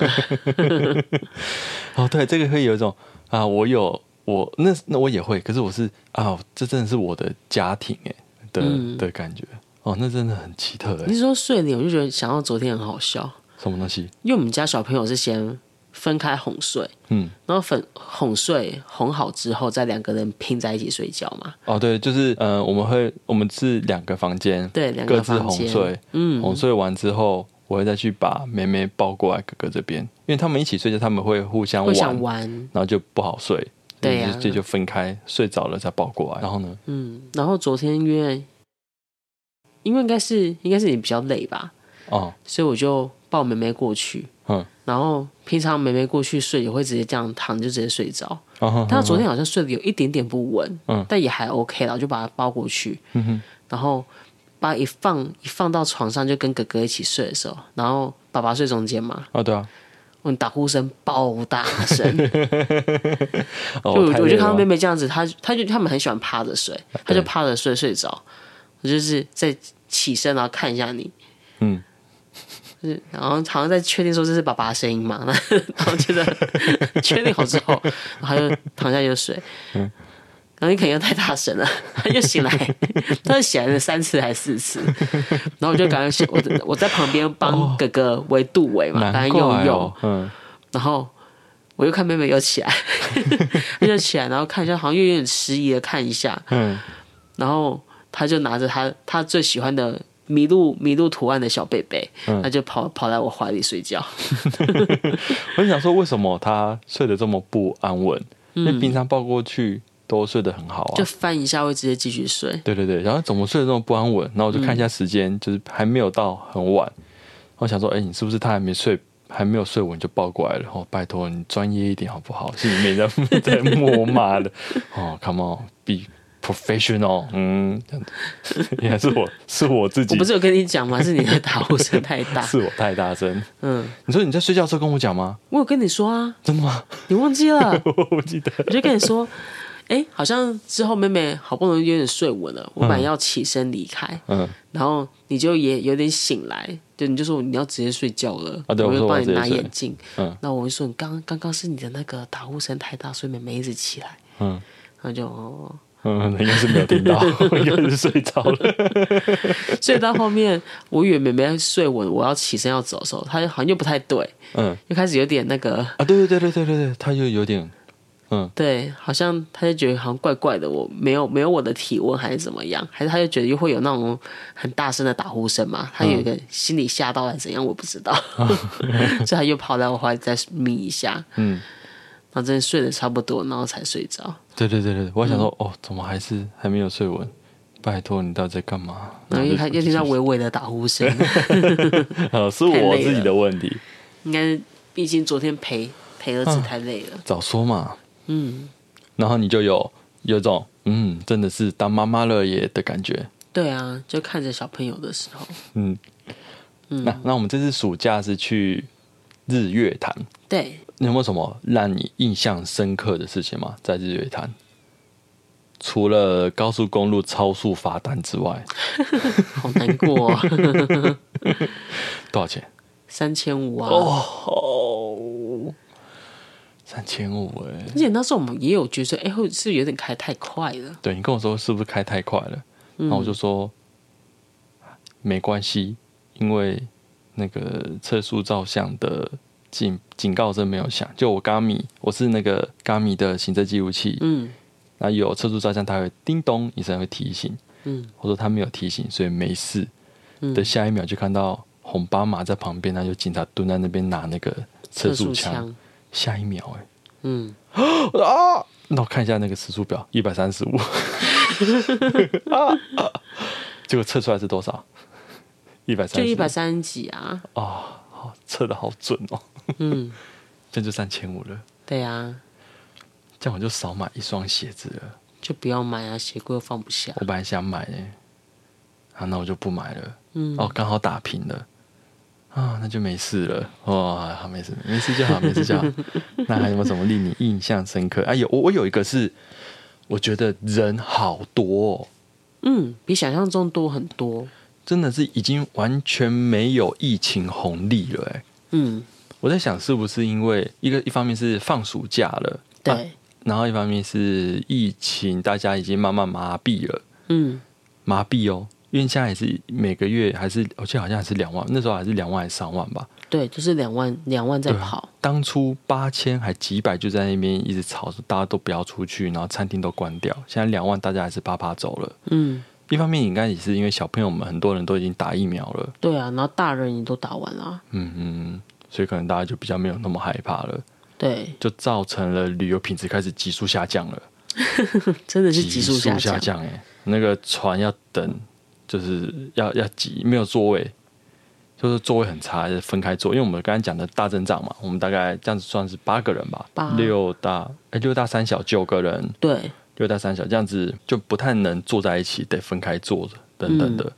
Speaker 1: 哦，对，这个会有一种啊，我有我那那我也会，可是我是啊，这真的是我的家庭哎的、的感觉哦，那真的很奇特
Speaker 2: 嗯你
Speaker 1: 哎，
Speaker 2: 是说睡脸，我就觉得想到昨天很好笑，
Speaker 1: 什么东西？
Speaker 2: 因为我们家小朋友是先分开哄睡，
Speaker 1: 嗯，
Speaker 2: 然后粉哄睡哄好之后，再两个人拼在一起睡觉嘛。
Speaker 1: 哦，对，就是呃，我们会我们是两个房间，
Speaker 2: 对两个
Speaker 1: 各自
Speaker 2: 房
Speaker 1: 哄
Speaker 2: 间
Speaker 1: 睡，嗯，哄睡完之后，我会再去把妹妹抱过来哥哥这边，因为他们一起睡觉，他们会互相
Speaker 2: 会
Speaker 1: 玩，
Speaker 2: 想玩，
Speaker 1: 然后就不好睡，
Speaker 2: 对呀
Speaker 1: 所以就就分开，睡着了再抱过来，然后呢，
Speaker 2: 嗯。然后昨天因为因为应该是应该是你比较累吧，
Speaker 1: 哦，
Speaker 2: 所以我就抱妹妹过去。
Speaker 1: 嗯，
Speaker 2: 然后平常妹妹过去睡也会直接这样躺就直接睡着，
Speaker 1: 哦，
Speaker 2: 但她昨
Speaker 1: 天，
Speaker 2: 天好像睡得有一点点不稳，
Speaker 1: 嗯
Speaker 2: 但也还 OK 了，我就把她抱过去，
Speaker 1: 嗯哼，
Speaker 2: 然后把她一放一放到床上就跟哥哥一起睡的时候，然后爸爸睡中间嘛，
Speaker 1: 哦，对 啊，
Speaker 2: 我打呼声爆大声，
Speaker 1: 哦，
Speaker 2: 就我
Speaker 1: 太
Speaker 2: 我
Speaker 1: 累
Speaker 2: 就
Speaker 1: 了
Speaker 2: 看到
Speaker 1: 吗
Speaker 2: 妹妹这样子，她她就他们很喜欢趴着睡，她就趴着睡睡着，我就是在起身然后看一下你，
Speaker 1: 嗯，
Speaker 2: 就是然后好像在确定说这是爸爸的声音嘛， 然后然后觉得确定好之后，然后她就躺下就睡，
Speaker 1: 嗯
Speaker 2: 然后你可能又太大声了，她又醒来，她又醒来了三次还是四次，然后我就赶快醒我我在旁边帮哥哥围肚围嘛，
Speaker 1: 哦难
Speaker 2: 帮他
Speaker 1: 怪
Speaker 2: 用用
Speaker 1: 哦，，嗯，
Speaker 2: 然后我又看妹妹又起来， 她就起来，然后看一下，好像又有点迟疑的看一下，
Speaker 1: 嗯，
Speaker 2: 然后她就拿着她她最喜欢的麋鹿麋鹿图案的小贝贝，
Speaker 1: 嗯
Speaker 2: 她就跑跑来我怀里睡觉。
Speaker 1: 我就想说，为什么他睡得这么不安稳？因
Speaker 2: 嗯
Speaker 1: 为平常抱过去都睡得很好啊
Speaker 2: 就。翻一下会直接继续睡。
Speaker 1: 对对对，然后怎么睡得这么不安稳？然后我就
Speaker 2: 嗯
Speaker 1: 看一下时间，就是还没有到很晚。我想说，哎、你是不是他还没睡，还没有睡稳就抱过来了？哦，拜托你专业一点好不好？心里面在 在默骂的。哦，Come on，be professional。嗯，这样子， 原来是我是我自己，
Speaker 2: 我不是有跟你讲吗？是你的打呼声太 大。
Speaker 1: 是我太大声。
Speaker 2: 嗯，
Speaker 1: 你说你在睡觉的时候跟我讲吗？
Speaker 2: 我有跟你说啊，
Speaker 1: 真的吗？，
Speaker 2: 你忘记了
Speaker 1: 我不记得。
Speaker 2: 我就跟你说，哎、好像之后妹妹好不容易有点睡稳了，我本来要起身离开，
Speaker 1: 嗯。
Speaker 2: 然后你就也有点醒来，就你就说你要直接睡觉了，
Speaker 1: 啊对
Speaker 2: 我
Speaker 1: 我
Speaker 2: 就
Speaker 1: 说我要
Speaker 2: 帮你
Speaker 1: 直接
Speaker 2: 拿
Speaker 1: 睡
Speaker 2: 眼镜，
Speaker 1: 嗯
Speaker 2: 那我就说你刚刚刚是你的那个打呼声太大，所以妹妹一直起来，
Speaker 1: 嗯
Speaker 2: 然后就、哦
Speaker 1: 嗯，应该是没有听到，应该是睡着 了。
Speaker 2: 所以到后面我以为妹妹睡稳，我要起身要走的时候，她好像又不太对，
Speaker 1: 嗯
Speaker 2: 又开始有点那个，
Speaker 1: 啊，对对对对对对对，他就有点
Speaker 2: 对，好像她就觉得好像怪怪的，我没有没有我的体温还是怎么样，还是她就觉得又会有那种很大声的打呼声嘛，她有一个心里吓到还是怎样，我不知道， 所以她又跑来我怀里再眯一下，
Speaker 1: 嗯，
Speaker 2: 然后真的睡得差不多，然后才睡着，
Speaker 1: 对对对对，我还想说、哦，怎么还是还没有睡稳？拜托你到底在干嘛？
Speaker 2: 然后又
Speaker 1: 就
Speaker 2: 她又听到微微的打呼声，
Speaker 1: 啊，是
Speaker 2: 太累
Speaker 1: 我自己
Speaker 2: 了
Speaker 1: 的问题，
Speaker 2: 应该毕竟昨天陪陪儿子太累了，
Speaker 1: 早说嘛。
Speaker 2: 嗯，
Speaker 1: 然后你就有有种嗯，真的是当妈妈了耶的感觉。
Speaker 2: 对啊，就看着小朋友的时候，
Speaker 1: 嗯，那那我们这次暑假是去日月潭，
Speaker 2: 对。
Speaker 1: 你有没有什么让你印象深刻的事情吗？在日月潭，除了高速公路超速罚单之外，
Speaker 2: 好难过、哦，
Speaker 1: 多少钱？
Speaker 2: 三千五啊！
Speaker 1: 哦，三千五哎！
Speaker 2: 而且那时候我们也有觉得说，哎、会是不是有点开太快了？
Speaker 1: 对你跟我说是不是开太快了？
Speaker 2: 嗯
Speaker 1: 然后我就说没关系，因为那个测速照相的警警告声没有响。就我 g a m i 我是那个 g a m i 的行车记录器，
Speaker 2: 嗯，
Speaker 1: 那有测速照相，它会叮咚一声会提醒。
Speaker 2: 嗯，
Speaker 1: 我说他没有提醒，所以没事。
Speaker 2: 嗯
Speaker 1: 的下一秒就看到红斑马在旁边，那就警察蹲在那边拿那个测
Speaker 2: 测
Speaker 1: 速
Speaker 2: 速
Speaker 1: 枪。
Speaker 2: 枪，
Speaker 1: 下一秒、哎，
Speaker 2: 嗯，
Speaker 1: 啊！那我看一下那个时速表，一百三 十五。啊啊！结果测出来是多少？一百
Speaker 2: 就
Speaker 1: 三
Speaker 2: 一
Speaker 1: 十
Speaker 2: 百三十几啊，
Speaker 1: 啊！好测的好准哦，
Speaker 2: 嗯，
Speaker 1: 这就三千五了。
Speaker 2: 对啊，
Speaker 1: 这样我就少买一双鞋子了。
Speaker 2: 就不要买啊，鞋柜又放不下。
Speaker 1: 我本来想买诶、啊，那我就不买了。
Speaker 2: 嗯，
Speaker 1: 哦，刚好打平了，啊，那就没事了。哇，好，没事，没事就好，没事就 好。那还有没有什么令你印象深刻？哎、有，我我有一个是，我觉得人好多、哦，
Speaker 2: 嗯，比想象中多很多。
Speaker 1: 真的是已经完全没有疫情红利了、哎，
Speaker 2: 嗯，
Speaker 1: 我在想是不是因为一个一方面是放暑假了，
Speaker 2: 对，
Speaker 1: 啊然后一方面是疫情，大家已经慢慢麻痹了，
Speaker 2: 嗯，
Speaker 1: 麻痹哦。因为现在也是每个月还是，我记得好像还是两万，那时候还是两万还是三万吧。
Speaker 2: 对，就是两万两万在
Speaker 1: 对啊
Speaker 2: 跑。
Speaker 1: 当初八千还几百就在那边一直吵，说大家都不要出去，然后餐厅都关掉。现在两万大家还是啪啪走了。
Speaker 2: 嗯，
Speaker 1: 一方面应该也是因为小朋友们很多人都已经打疫苗了，
Speaker 2: 对啊，然后大人也都打完了，
Speaker 1: 嗯嗯，所以可能大家就比较没有那么害怕了，
Speaker 2: 对，
Speaker 1: 就造成了旅游品质开始急速下降了，
Speaker 2: 真的是急速
Speaker 1: 下
Speaker 2: 下降。
Speaker 1: 哎、那个船要等，就是要要挤，没有座位。就是座位很差，就是分开坐。因为我们刚才讲的大阵仗嘛，我们大概这样子算是八个人吧
Speaker 2: 八，
Speaker 1: 六大哎、六大三小九个人，
Speaker 2: 对，
Speaker 1: 六大三小这样子就不太能坐在一起，得分开坐着等等的。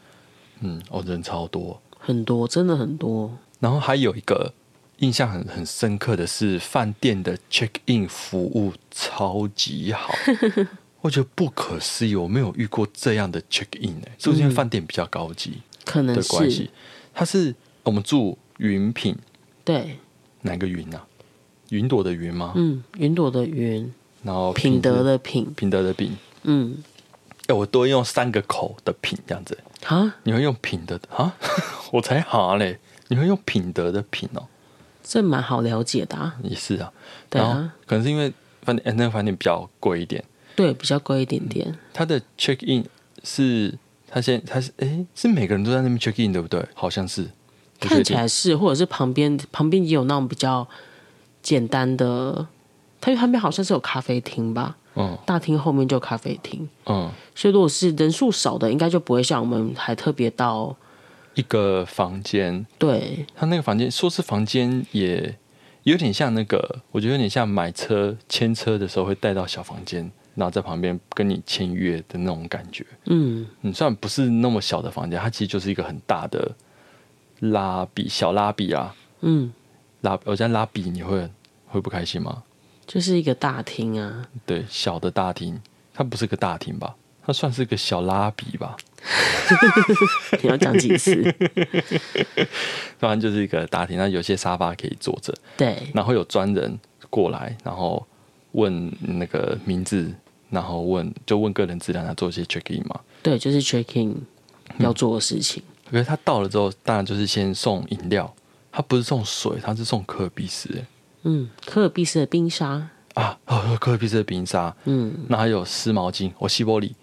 Speaker 1: 嗯哦，人超多。
Speaker 2: 很多，真的很多。
Speaker 1: 然后还有一个印象很很深刻的是，饭店的 check in 服务超级好， 我觉得不可思议，我没有遇过这样的 check in 哎、是不是因为饭店比较高级
Speaker 2: 可能
Speaker 1: 的关
Speaker 2: 嗯是
Speaker 1: 系？它是我们住云品，
Speaker 2: 对，
Speaker 1: 哪个云啊？云朵的云吗？
Speaker 2: 嗯，云朵的云，
Speaker 1: 然后
Speaker 2: 品德
Speaker 1: 是
Speaker 2: 的品，
Speaker 1: 品德的品，
Speaker 2: 嗯，
Speaker 1: 哎、我都会用三个口的品这样子、
Speaker 2: 啊，
Speaker 1: 你会用品德的啊？ 我才哈嘞！你会用品德的品哦，
Speaker 2: 这蛮好了解的、啊，
Speaker 1: 也是啊。
Speaker 2: 对啊
Speaker 1: 然后可能是因为饭店、哎那个饭店比较贵一点，
Speaker 2: 对，比较贵一点点，
Speaker 1: 它的 check in 是它先它是哎、是每个人都在那边 check in 对不对？好像是，不确
Speaker 2: 看起
Speaker 1: 定
Speaker 2: 来是，或者是旁边旁边也有那种比较简单的，它因为旁边好像是有咖啡厅吧，
Speaker 1: 嗯
Speaker 2: 大厅后面就有咖啡厅，
Speaker 1: 嗯，
Speaker 2: 所以如果是人数少的，应该就不会像我们还特别到
Speaker 1: 一个房间，
Speaker 2: 对，
Speaker 1: 它那个房间说是房间也有点像那个，我觉得有点像买车签车的时候会带到小房间，然后在旁边跟你签约的那种感觉。
Speaker 2: 嗯，
Speaker 1: 嗯，虽然不是那么小的房间，它其实就是一个很大的拉比小拉比啊，
Speaker 2: 嗯，
Speaker 1: 拉我讲拉比你会会不开心吗？
Speaker 2: 就是一个大厅啊，
Speaker 1: 对，小的大厅，它不是个大厅吧？它算是个小拉比吧，
Speaker 2: 你要讲几次？
Speaker 1: 当然就是一个大厅。那有些沙发可以坐着，
Speaker 2: 对，
Speaker 1: 然后有专人过来，然后问那个名字，然后问就问个人资料，然后做一些 check in 嘛。
Speaker 2: 对，就是 check in 要做的事情。
Speaker 1: 可是他到了之后，当然就是先送饮料，他不是送水，他是送可比斯、欸
Speaker 2: 嗯，科尔必斯的冰沙，
Speaker 1: 啊，哦，可比斯的冰沙，
Speaker 2: 嗯
Speaker 1: 那还有湿毛巾，我西伯里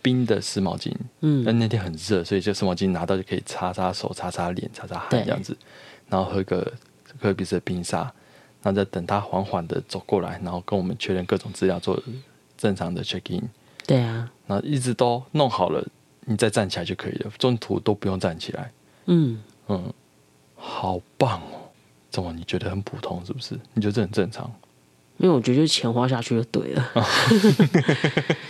Speaker 1: 冰的湿毛巾，但
Speaker 2: 嗯，
Speaker 1: 那天很热，所以就湿毛巾拿到就可以擦擦手、擦擦脸、擦擦汗
Speaker 2: 对
Speaker 1: 这样子，然后喝个喝比斯的冰沙，然后再等他缓缓的走过来，然后跟我们确认各种资料，做正常的 check in，
Speaker 2: 对啊，
Speaker 1: 然后一直都弄好了，你再站起来就可以了，中途都不用站起来，
Speaker 2: 嗯，
Speaker 1: 嗯，好棒哦！怎么你觉得很普通是不是？你觉得这很正常？
Speaker 2: 因为我觉得就是钱花下去就对了，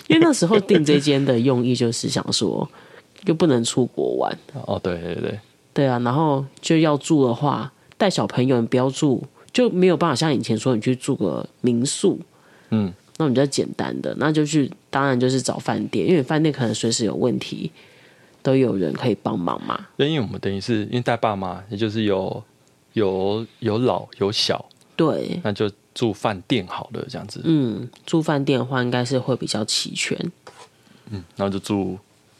Speaker 2: 因为那时候订这间的用意就是想说，又不能出国玩，
Speaker 1: 哦，对对对，
Speaker 2: 对啊，然后就要住的话，带小朋友你不要住，就没有办法像以前说你去住个民宿，
Speaker 1: 嗯，
Speaker 2: 那种比较简单的，那就去，当然就是找饭店，因为饭店可能随时有问题，都有人可以帮忙嘛，
Speaker 1: 对因为我们等于是因为带爸妈，也就是有有有老有小，
Speaker 2: 对，
Speaker 1: 那就住饭店好了这样子，
Speaker 2: 嗯，住饭店的话应该是会比较齐全。
Speaker 1: 然后就住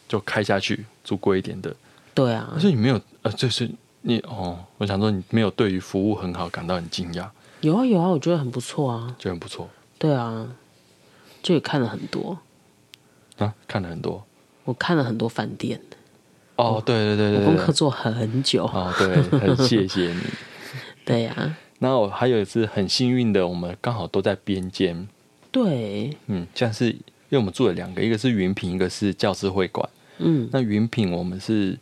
Speaker 1: 就开下去住贵一点的。
Speaker 2: 对啊，
Speaker 1: 所以你没有呃，就是你哦，我想说你没有对于服务很好感到很惊讶，
Speaker 2: 有啊有啊，我觉得很不错啊。
Speaker 1: 就很不错
Speaker 2: 对啊，就也看了很多，
Speaker 1: 啊，看了很多。
Speaker 2: 我看了很多饭店，
Speaker 1: 哦，对对对
Speaker 2: 我
Speaker 1: 对
Speaker 2: 功
Speaker 1: 对
Speaker 2: 课做很久。
Speaker 1: 哦，对，很谢谢你。
Speaker 2: 对啊，
Speaker 1: 然后还有一次很幸运的，我们刚好都在边间，
Speaker 2: 对，
Speaker 1: 嗯，像是因为我们住了两个，一个是云品，一个是教师会馆。
Speaker 2: 嗯
Speaker 1: 那云品我们是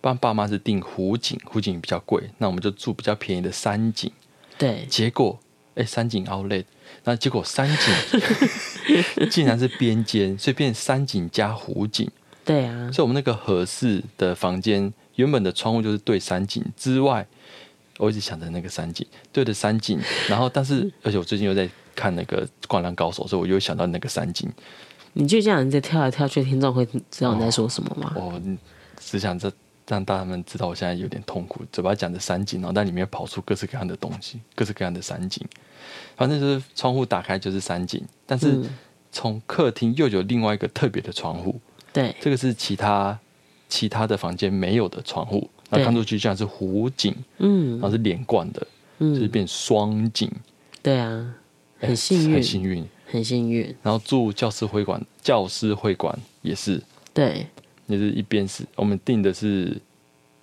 Speaker 1: 帮爸妈是订湖景，湖景比较贵，那我们就住比较便宜的山景。
Speaker 2: 对，
Speaker 1: 结果哎、三井 Outlet，那结果三井竟然是边间，所以变三井加湖景，
Speaker 2: 对啊，
Speaker 1: 所以我们那个合适的房间原本的窗户就是对山景之外，我一直想着那个山景，对着山景，然后但是而且我最近又在看那个《灌篮高手》，所以我又想到那个山景，
Speaker 2: 你就这样你在跳来跳去，听众会知道你在说什么吗？
Speaker 1: 我只想这让大家们知道我现在有点痛苦，嘴巴讲着山景，脑袋里面跑出各式各样的东西，各式各样的山景，反正就是窗户打开就是山景，但
Speaker 2: 嗯
Speaker 1: 是从客厅又有另外一个特别的窗户，
Speaker 2: 对，
Speaker 1: 这个是其他其他的房间没有的窗户，那
Speaker 2: 对
Speaker 1: 看出去像是湖景，然
Speaker 2: 嗯
Speaker 1: 后是连贯的，就是
Speaker 2: 嗯，
Speaker 1: 变双景，
Speaker 2: 对啊，
Speaker 1: 哎
Speaker 2: 很幸运
Speaker 1: 很幸运。
Speaker 2: 很幸运，
Speaker 1: 然后住教师会馆，教师会馆也是，
Speaker 2: 对，
Speaker 1: 也是一边是我们订的是，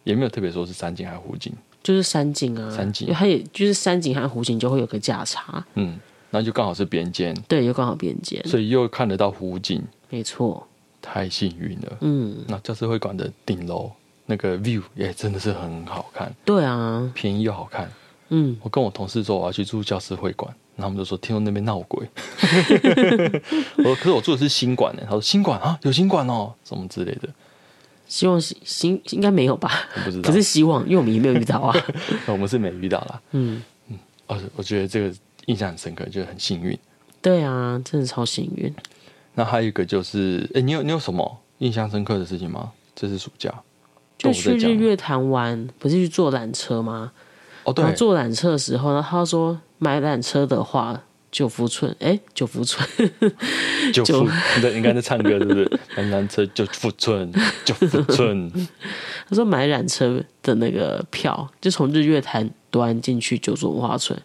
Speaker 1: 也没有特别说是山景还是湖景，
Speaker 2: 就是山景啊，
Speaker 1: 山景
Speaker 2: 因为它也就是山景和湖景就会有个价差，
Speaker 1: 嗯，然后就刚好是边间，
Speaker 2: 对，就刚好边界，
Speaker 1: 所以又看得到湖景，
Speaker 2: 没错，
Speaker 1: 太幸运了。
Speaker 2: 嗯，
Speaker 1: 那教师会馆的顶楼那个 view 也真的是很好看，
Speaker 2: 对啊，
Speaker 1: 便宜又好看。
Speaker 2: 嗯，
Speaker 1: 我跟我同事说我要去住教师会馆，然后他们就说听说那边闹鬼。 我说可是我住的是新馆呢，他说新馆啊有新馆哦，什么之类的，
Speaker 2: 希望希希应该没有吧，
Speaker 1: 我不知道。
Speaker 2: 可是希望，因为我们也没有遇到啊，
Speaker 1: 我们是没遇到啦。
Speaker 2: 嗯，
Speaker 1: 而我觉得这个印象很深刻，就是很幸运。
Speaker 2: 对啊，真的超幸运。
Speaker 1: 那还有一个就是，哎、你有你有什么印象深刻的事情吗？这是暑假，
Speaker 2: 就
Speaker 1: 我
Speaker 2: 去
Speaker 1: 在讲
Speaker 2: 日月潭玩，不是去坐缆车吗？
Speaker 1: 哦，对
Speaker 2: 然后，坐缆车的时候，然后他说买缆车的话，九福村，哎、九福村，
Speaker 1: 就
Speaker 2: 就
Speaker 1: 富， 你在你刚才在唱歌是不是？南南车就富春，就富春，
Speaker 2: 他说买缆车的那个票，就从日月潭端进去九族文化村，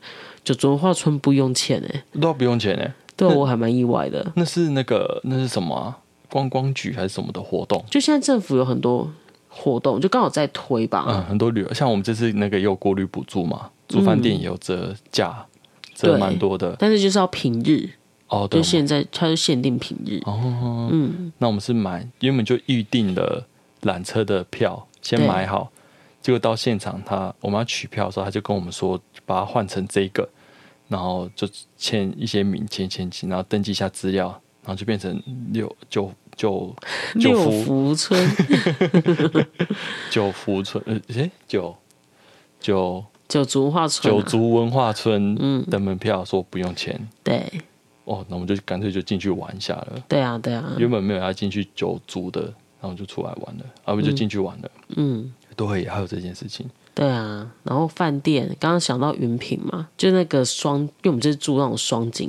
Speaker 2: 九族文化村不用钱哎、
Speaker 1: 都不用钱哎、
Speaker 2: 对啊我还蛮意外的。
Speaker 1: 那是那个那是什么、啊？观光局还是什么的活动？
Speaker 2: 就现在政府有很多活动，就刚好在推吧，
Speaker 1: 嗯，很多旅游，像我们这次那个也有国旅补助嘛，住饭店也有折价，折
Speaker 2: 对
Speaker 1: 蛮多的。
Speaker 2: 但是就是要平日，
Speaker 1: 哦，对
Speaker 2: 就，现在它就限定平日，
Speaker 1: 哦，
Speaker 2: 嗯，
Speaker 1: 那我们是买，原本就预定了缆车的票，先
Speaker 2: 对
Speaker 1: 买好，结果到现场他我们要取票的时候，他就跟我们说把它换成这个，然后就签一些名，签签签，然后登记一下资料，然后就变成六九九九
Speaker 2: 六
Speaker 1: 福
Speaker 2: 福村
Speaker 1: 九福村，呃，诶九九
Speaker 2: 九族文化村、
Speaker 1: 九
Speaker 2: 啊，
Speaker 1: 族文化村
Speaker 2: 嗯
Speaker 1: 的门票说不用钱，
Speaker 2: 对
Speaker 1: 哦，那我们就干脆就进去玩一下了。
Speaker 2: 对啊对啊，
Speaker 1: 原本没有要进去九族的，然后就出来玩了，然后就进去玩了。
Speaker 2: 嗯。
Speaker 1: 对，还有这件事情，
Speaker 2: 对啊，然后饭店刚刚想到云品嘛，就那个双，因为我们这是住那种双井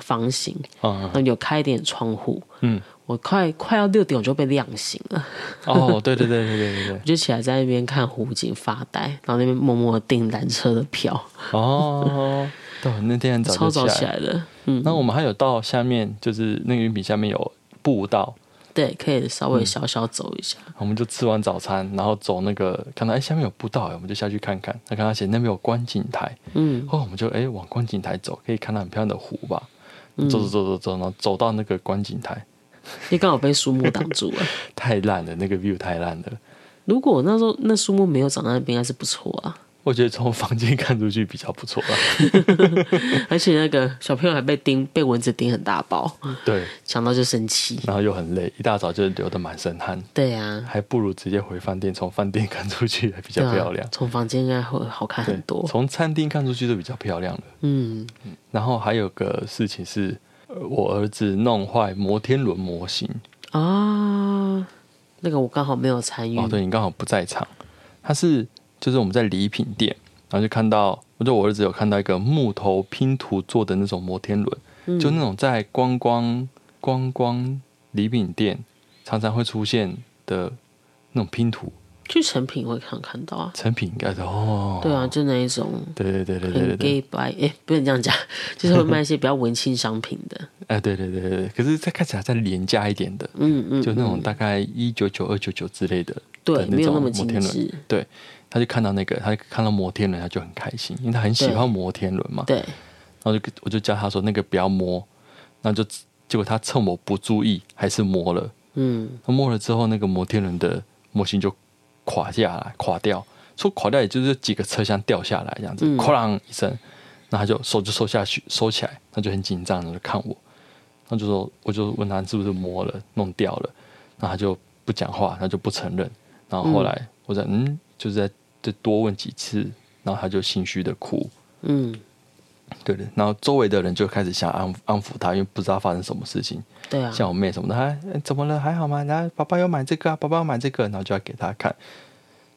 Speaker 2: 房型，
Speaker 1: 嗯
Speaker 2: 然，后有开一点窗户。
Speaker 1: 嗯，
Speaker 2: 我快快要六点我就被亮醒了，
Speaker 1: 哦，对对对对对对对
Speaker 2: 我，就起来在那边看湖景发呆，然后那边默默地订缆车的票，
Speaker 1: 哦，对，那天很
Speaker 2: 超
Speaker 1: 早
Speaker 2: 早
Speaker 1: 就
Speaker 2: 起
Speaker 1: 起来。
Speaker 2: 来的。嗯，
Speaker 1: 那我们还有到下面，就是那个云笔下面有步道，
Speaker 2: 对，可以稍微小小走一下。
Speaker 1: 我们就吃完早餐，然后走那个，看到哎下面有步道，我们就下去看看。那看到写那边有观景台，
Speaker 2: 嗯，
Speaker 1: 哦，我们就哎往观景台走，可以看到很漂亮的湖吧。走走走走走，然后走到那个观景台，
Speaker 2: 也刚好被树木挡住 了。
Speaker 1: 太烂了，那个 view 太烂了。
Speaker 2: 如果我那时候那树木没有长在那边，应该是不错 啊。
Speaker 1: 我觉得从房间看出去比较不错 吧。
Speaker 2: 而且那个小朋友还被叮，被蚊子叮很大包，
Speaker 1: 对，
Speaker 2: 想到就生气。
Speaker 1: 然后又很累，一大早就流的满身汗，
Speaker 2: 对啊，
Speaker 1: 还不如直接回饭店，从饭店 看出去还比较漂亮
Speaker 2: 啊。从房间应该会好看很多。
Speaker 1: 从餐厅看出去都比较漂亮了。
Speaker 2: 嗯，
Speaker 1: 然后还有个事情是，呃我儿子弄坏摩天轮模型，
Speaker 2: 啊，那个我刚好没有参与。
Speaker 1: 哦，对你刚好不在场，他是就是我们在礼品店，然后就看到，我就我儿子有看到一个木头拼图做的那种摩天轮，
Speaker 2: 嗯
Speaker 1: 就那种在观光观光礼品店常常会出现的那种拼图
Speaker 2: 去成品会常看到啊。
Speaker 1: 成品，应该是哦，
Speaker 2: 对啊，就那一种
Speaker 1: 对对对对对对对，
Speaker 2: 很 gay by，哎、不能这样讲， 就是会卖一些比较文青商品的。
Speaker 1: 哎、对对对对对，可是再看起来再廉价一点的，
Speaker 2: 嗯嗯，
Speaker 1: 就那种
Speaker 2: 嗯
Speaker 1: 大概一九九二九九之类的，
Speaker 2: 对
Speaker 1: 的，那
Speaker 2: 没有
Speaker 1: 种
Speaker 2: 那么
Speaker 1: 摩
Speaker 2: 精
Speaker 1: 天轮，
Speaker 2: 致。
Speaker 1: 对，他就看到那个，他看到摩天轮，他就很开心，因为他很喜
Speaker 2: 对
Speaker 1: 欢摩天轮嘛，
Speaker 2: 对，
Speaker 1: 然后就我就叫他说那个不要摸，然后就结果他趁我不注意还是摸了，
Speaker 2: 嗯，
Speaker 1: 他摸了之后那个摩天轮的模型就垮下来，垮掉，说垮掉也就是几个车厢掉下来这样子，
Speaker 2: 嗯
Speaker 1: 哐啷一声，然那他就手就收下去，收起来，他就很紧张的就看我，他就说，我就问他是不是摸了，弄掉了，那他就不讲话，他就不承认。然后后来我在嗯，就是在再多问几次，然后他就心虚的哭，
Speaker 2: 嗯，
Speaker 1: 对的。然后周围的人就开始想安安抚他，因为不知道发生什么事情。
Speaker 2: 对啊，
Speaker 1: 像我妹什么的，她、哎怎么了？还好吗？然后爸爸要买这个啊，爸爸要买这个，然后就要给她看。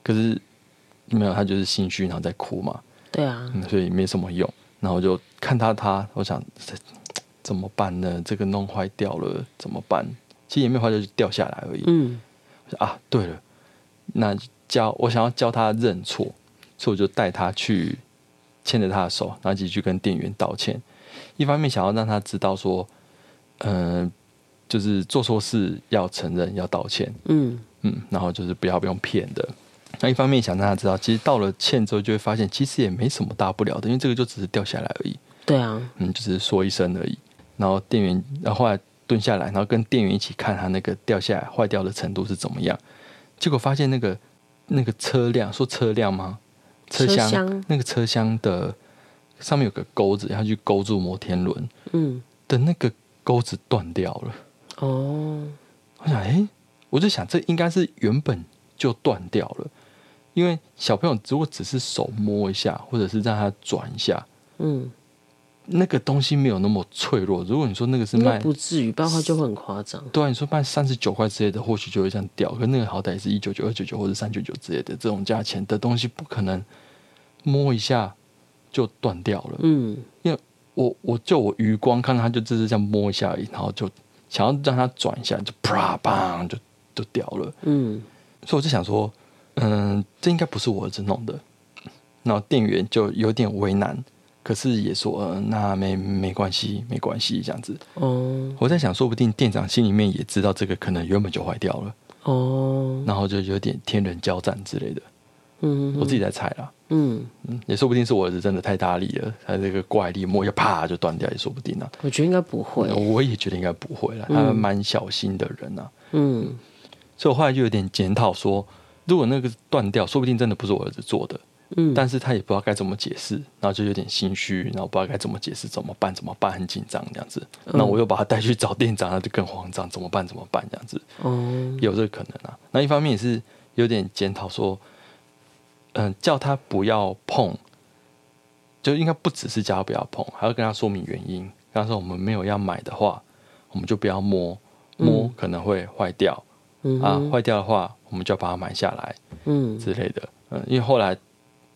Speaker 1: 可是没有，她就是心虚，然后在哭嘛，
Speaker 2: 对啊，
Speaker 1: 嗯，所以没什么用。然后我就看她，她，我想这怎么办呢？这个弄坏掉了怎么办？其实也没有坏掉，就掉下来而已。
Speaker 2: 嗯
Speaker 1: 我说啊，对了，那教我想要教他认错，所以我就带他去牵着他的手，然后一起去跟店员道歉。一方面想要让他知道说，嗯、就是做错事要承认，要道歉，
Speaker 2: 嗯，
Speaker 1: 嗯，然后就是不要被用骗的。那一方面想让他知道，其实道了歉之后，就会发现其实也没什么大不了的，因为这个就只是掉下来而已。
Speaker 2: 对啊，
Speaker 1: 嗯，就只是说一声而已。然后店员，然后后来蹲下来，然后跟店员一起看他那个掉下来坏掉的程度是怎么样。结果发现那个那个车辆，说车辆吗？车
Speaker 2: 车
Speaker 1: 厢
Speaker 2: 厢
Speaker 1: 那个车厢的上面有个钩子，要去勾住摩天轮
Speaker 2: 嗯，
Speaker 1: 的那个钩子断掉了。
Speaker 2: 哦，
Speaker 1: 我想，哎、我就想这应该是原本就断掉了，因为小朋友如果只是手摸一下，或者是让他转一下，
Speaker 2: 嗯，
Speaker 1: 那个东西没有那么脆弱。如果你说那个是
Speaker 2: 应该
Speaker 1: 卖
Speaker 2: 不至于，不然的话就会很夸张。
Speaker 1: 对啊，你说卖三十九块之类的，或许就会这样掉。可那个好歹也是一九九、二九九或者三九九之类的这种价钱的东西，不可能摸一下就断掉了。
Speaker 2: 嗯，
Speaker 1: 我我就我余光看到它就只是这样摸一下而已，然后就想要让它转一下，就啪砰就就掉了。
Speaker 2: 嗯，
Speaker 1: 所以我就想说，嗯，这应该不是我儿子弄的。然后店员就有点为难，可是也说，嗯、那没没关系，没关系这样子。
Speaker 2: 哦，
Speaker 1: 我在想，说不定店长心里面也知道这个可能原本就坏掉了。
Speaker 2: 哦，
Speaker 1: 然后就有点天人交战之类的，
Speaker 2: 嗯，
Speaker 1: 我自己在猜啦。
Speaker 2: 嗯，
Speaker 1: 嗯，也说不定是我儿子真的太大力了，他这个怪力摸一下啪就断掉，也说不定啊。
Speaker 2: 我觉得应该不会。
Speaker 1: 我也觉得应该不会啦，他蛮小心的人啊，
Speaker 2: 嗯，
Speaker 1: 所以我后来就有点检讨说，如果那个断掉，说不定真的不是我儿子做的，
Speaker 2: 嗯，
Speaker 1: 但是他也不知道该怎么解释，然后就有点心虚，然后不知道该怎么解释，怎么办？怎么办？很紧张这样子。那我又把他带去找店长，他就更慌张，怎么办？怎么办？这样子。
Speaker 2: 哦，
Speaker 1: 有这个可能啊。那一方面也是有点检讨说，嗯、叫他不要碰，就应该不只是叫他不要碰，还要跟他说明原因。跟他说我们没有要买的话，我们就不要摸，摸可能会坏掉、
Speaker 2: 嗯
Speaker 1: 啊，坏掉的话，我们就要把它买下来
Speaker 2: 嗯，
Speaker 1: 之类的。嗯，因为后来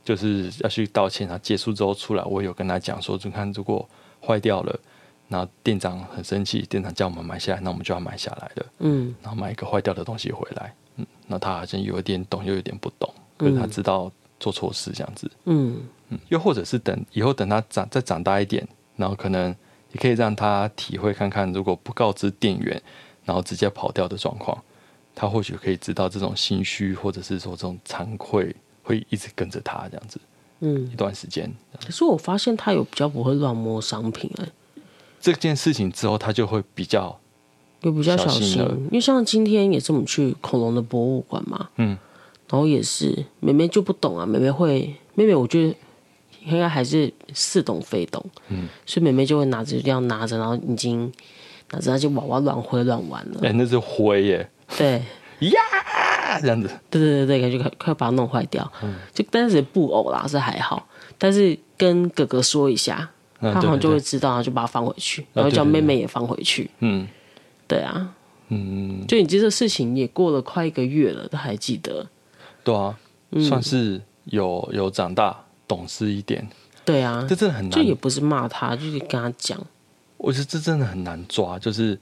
Speaker 1: 就是要去道歉，然啊后结束之后出来，我有跟他讲说，你看如果坏掉了。然后店长很生气，店长叫我们买下来，那我们就要买下来了。
Speaker 2: 嗯，
Speaker 1: 然后买一个坏掉的东西回来。嗯，那他好像有一点懂，又有点不懂，可是他知道做错事这样子。
Speaker 2: 嗯，
Speaker 1: 嗯，又或者是等以后等他长再长大一点，然后可能也可以让他体会看看，如果不告知店员，然后直接跑掉的状况，他或许可以知道这种心虚或者是说这种惭愧会一直跟着他这样子
Speaker 2: 嗯
Speaker 1: 一。段时间。
Speaker 2: 可是我发现他有比较不会乱摸商品、欸，
Speaker 1: 这件事情之后，他就会比较
Speaker 2: 有比较小
Speaker 1: 小心
Speaker 2: 心
Speaker 1: 了，
Speaker 2: 因为像今天也是我们去恐龙的博物馆嘛，
Speaker 1: 嗯，
Speaker 2: 然后也是妹妹就不懂啊，妹妹会，妹妹我觉得应该还是似懂非懂，嗯，所以妹妹就会拿着这样拿着，然后已经拿着那些娃娃乱挥乱玩了，
Speaker 1: 哎、那是灰耶
Speaker 2: 对。
Speaker 1: 啊这样子，
Speaker 2: 对对对对，感觉快快把它弄坏掉。就但是布偶啦是还好，但是跟哥哥说一下，
Speaker 1: 嗯
Speaker 2: 他好
Speaker 1: 对
Speaker 2: 像
Speaker 1: 对
Speaker 2: 就会
Speaker 1: 对
Speaker 2: 知道，然后就把它放回去，然后
Speaker 1: 对
Speaker 2: 叫
Speaker 1: 对
Speaker 2: 妹
Speaker 1: 对
Speaker 2: 妹也放回去。
Speaker 1: 嗯
Speaker 2: 对啊，
Speaker 1: 嗯，
Speaker 2: 就你这个事情也过了快一个月了，都还记得。
Speaker 1: 对啊，
Speaker 2: 嗯
Speaker 1: 算是有有长大懂事一点，
Speaker 2: 对啊
Speaker 1: 这，真的很
Speaker 2: 就也
Speaker 1: 难。
Speaker 2: 不是骂他，就是跟他讲。
Speaker 1: 我觉得这真的很难抓，就是，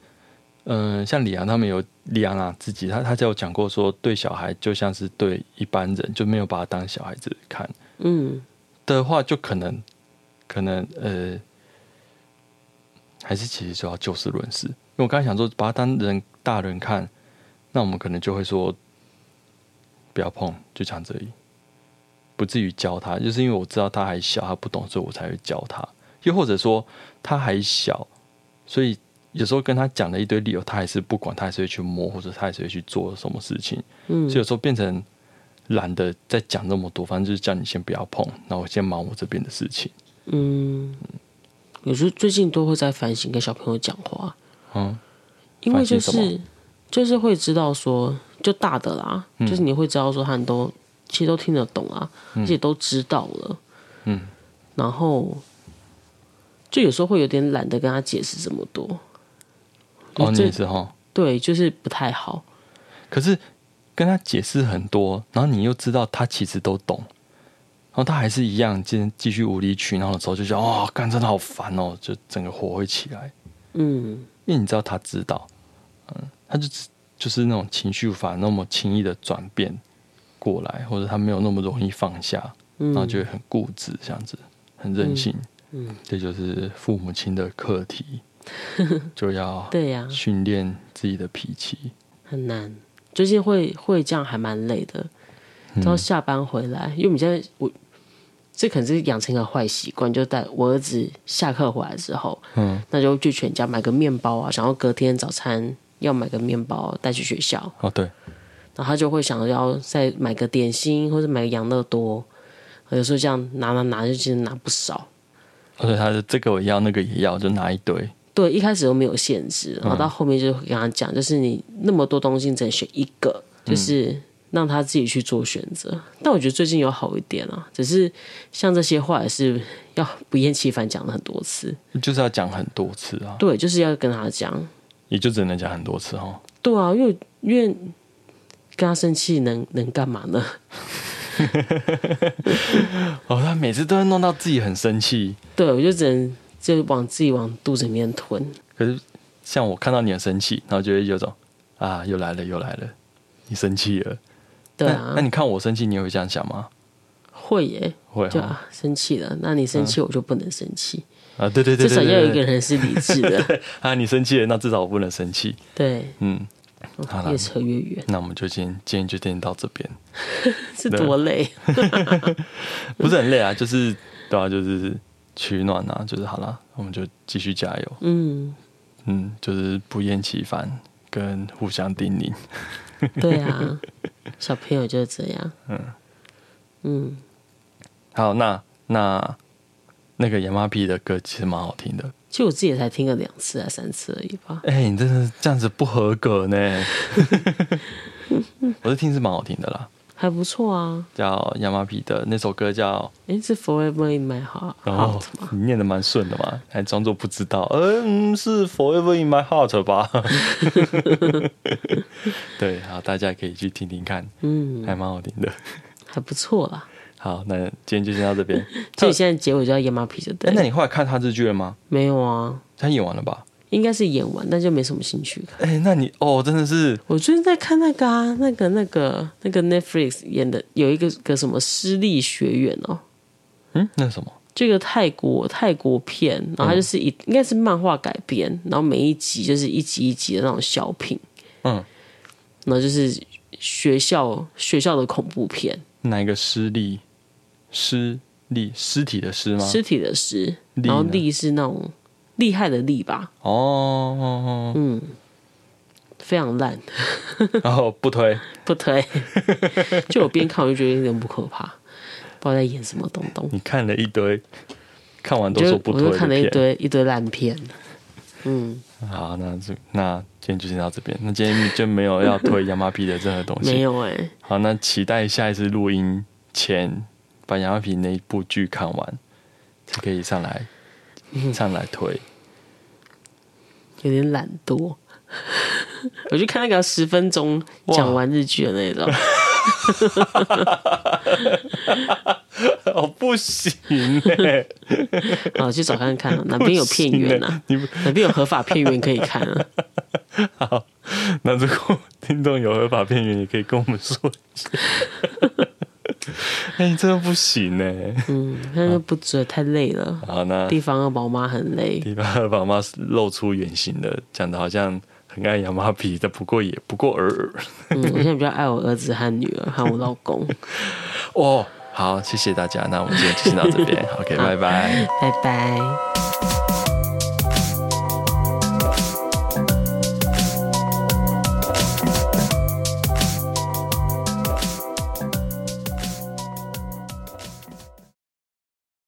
Speaker 1: 嗯、像李阳他们有李阳啊自己，他他就有讲过说，对小孩就像是对一般人，就没有把他当小孩子看
Speaker 2: 嗯
Speaker 1: 的话，就可能可能呃，还是其实就要就事论事。因为我刚才想说，把他当人大人看，那我们可能就会说不要碰，就讲这里，不至于教他。就是因为我知道他还小，他不懂，所以我才会教他。又或者说他还小，所以有时候跟他讲了一堆理由，他还是不管，他还是会去摸，或者他还是会去做什么事情。
Speaker 2: 嗯
Speaker 1: 所以有时候变成懒得再讲那么多，反正就是叫你先不要碰，然后我先忙我这边的事情。
Speaker 2: 嗯，有时候最近都会在反省跟小朋友讲话，
Speaker 1: 嗯，
Speaker 2: 因为就
Speaker 1: 反省什
Speaker 2: 是就是会知道说，就大的啦，
Speaker 1: 嗯
Speaker 2: 就是你会知道说他们都其实都听得懂啊，而且都知道了，
Speaker 1: 嗯，
Speaker 2: 然后就有时候会有点懒得跟他解释这么多，
Speaker 1: 哦，
Speaker 2: 嗯
Speaker 1: 你
Speaker 2: 这
Speaker 1: 也是哈。
Speaker 2: 对，就是不太好，
Speaker 1: 可是跟他解释很多，然后你又知道他其实都懂，然后他还是一样，继继续无理取闹的时候，就想哦，干真的好烦哦，就整个火会起来，
Speaker 2: 嗯
Speaker 1: 因为你知道他知道，嗯，他就只就是那种情绪无法那么轻易的转变过来，或者他没有那么容易放下，
Speaker 2: 嗯，
Speaker 1: 然后就会很固执，这样子很任性，
Speaker 2: 嗯，
Speaker 1: 这就是父母亲的课 题，就要
Speaker 2: 对呀、
Speaker 1: 训练自己的脾气，
Speaker 2: 很难，最近会会这样还蛮累的。到下班回来，因为我们现在我这可能是养成一个坏习惯，就带我儿子下课回来之后，
Speaker 1: 嗯，
Speaker 2: 那就去全家买个面包啊，想要隔天早餐要买个面包带去学校，
Speaker 1: 哦对，
Speaker 2: 然后他就会想要再买个点心或者买个养乐多，有时候这样拿拿拿就其实拿不少。
Speaker 1: 而且他的这个我要，那个也要，就拿一堆。
Speaker 2: 对，一开始都没有限制，
Speaker 1: 嗯
Speaker 2: 然后到后面就跟他讲，就是你那么多东西你只能选一个，就是
Speaker 1: 嗯
Speaker 2: 让他自己去做选择。但我觉得最近有好一点啊，只是像这些话也是要不厌其烦讲了很多次，
Speaker 1: 就是要讲很多次啊，
Speaker 2: 对，就是要跟他讲，
Speaker 1: 也就只能讲很多次哦。
Speaker 2: 对啊，因为因为跟他生气能能干嘛呢？
Speaker 1: 哦，他每次都会弄到自己很生气。
Speaker 2: 对，我就只能就往自己往肚子里面吞，
Speaker 1: 可是像我看到你很生气，然后就会有种啊，又来了又来了，你生气了。
Speaker 2: 对
Speaker 1: 那
Speaker 2: 啊
Speaker 1: 那，你看我生气，你也会这样想吗？
Speaker 2: 会耶，
Speaker 1: 会
Speaker 2: 就
Speaker 1: 哦
Speaker 2: 啊生气了，那你生气我就不能生气，
Speaker 1: 啊，对对对
Speaker 2: 至少
Speaker 1: 对
Speaker 2: 要有一
Speaker 1: 对
Speaker 2: 个
Speaker 1: 对。
Speaker 2: 人是理智 的，
Speaker 1: 啊，你生气了，那至少我不能生气。
Speaker 2: 对。
Speaker 1: 嗯，好啦
Speaker 2: 越扯 越远，
Speaker 1: 那我们就今今天就先到这边，
Speaker 2: 是多累。
Speaker 1: 不是很累啊，就是对啊，就是取暖啊，就是好啦，我们就继续加油。
Speaker 2: 嗯，
Speaker 1: 嗯，就是不厌其烦跟互相叮咛。
Speaker 2: 对啊，小朋友就是这样。嗯嗯，
Speaker 1: 好，那那那个 y 马 m 的歌其实蛮好听的。
Speaker 2: 其实我自己也才听了两次还啊三次而已吧。
Speaker 1: 哎、你真的这样子不合格 呢。我是听是蛮好听的啦，
Speaker 2: 还不错啊。
Speaker 1: 叫 y 马 m 的那首歌叫，
Speaker 2: 诶，是 Forever in My Heart
Speaker 1: 然后
Speaker 2: Heart 吗？
Speaker 1: 你念的蛮顺的嘛，还装作不知道。嗯，是 Forever in My Heart 吧？ 对，好，大家可以去听听看，
Speaker 2: 嗯，
Speaker 1: 还蛮好听的。
Speaker 2: 还不错啦。
Speaker 1: 好，那今天就先到这边。
Speaker 2: 所以现在结尾就要演马屁就对
Speaker 1: 哎、那
Speaker 2: 了。
Speaker 1: 你后来看他日剧了吗？
Speaker 2: 没有啊，
Speaker 1: 他演完了吧？
Speaker 2: 应该是演完，但就没什么兴趣看。
Speaker 1: 哎、那你哦，真的是
Speaker 2: 我最近在看那个啊，那个那个那个 Netflix 演的有一个个什么私立学院哦，
Speaker 1: 嗯，那是什么？
Speaker 2: 这个泰国泰国片，
Speaker 1: 嗯
Speaker 2: 然后它就是一、应该是漫画改编，然后每一集就是一集一集的那种小品，
Speaker 1: 嗯，
Speaker 2: 然后就是学校学校的恐怖片，
Speaker 1: 哪一个尸力？尸力尸体的尸吗？
Speaker 2: 尸体的尸，
Speaker 1: 厉
Speaker 2: 然后
Speaker 1: 啊呢
Speaker 2: 厉是那种厉害的厉吧，
Speaker 1: 哦哦，
Speaker 2: 嗯
Speaker 1: 哦
Speaker 2: 非常烂，
Speaker 1: 然后不推。
Speaker 2: 不推。就我边看我就觉得有点不可怕，不知道在演什么东东，
Speaker 1: 你看了一堆，看完都
Speaker 2: 就
Speaker 1: 说不
Speaker 2: 我
Speaker 1: 推
Speaker 2: 就
Speaker 1: 的
Speaker 2: 看了一
Speaker 1: 片。
Speaker 2: 堆一堆烂片，嗯，
Speaker 1: 好，那这那今天就先到这边。那今天就没有要推亚麻皮的任何东
Speaker 2: 没
Speaker 1: 西。
Speaker 2: 有哎、
Speaker 1: 好，那期待下一次录音前把亚麻皮那一部剧看完，才可以上来
Speaker 2: 嗯
Speaker 1: 上来 推。
Speaker 2: 有点懒惰。 我就看那个十分钟讲完日剧的那种，
Speaker 1: 哦，不 行哎、
Speaker 2: 啊，去找看看、啊、哪边有片源啊，
Speaker 1: 你不
Speaker 2: 哪边有合法片源可以看啊。
Speaker 1: 好，那如果听众有合法片源，也可以跟我们说一下。哎、你真的不行呢、
Speaker 2: 嗯，但是不追太累了，
Speaker 1: 好，那
Speaker 2: 地方二宝妈很累。
Speaker 1: 第八把妈露出原形了，讲的好像很爱养马皮，但不过也不过尔尔。
Speaker 2: 嗯，我现在比较爱我儿子和女儿和我老公。
Speaker 1: 哦，好，谢谢大家，那我们今天就先到这边，OK，拜拜。
Speaker 2: 拜拜。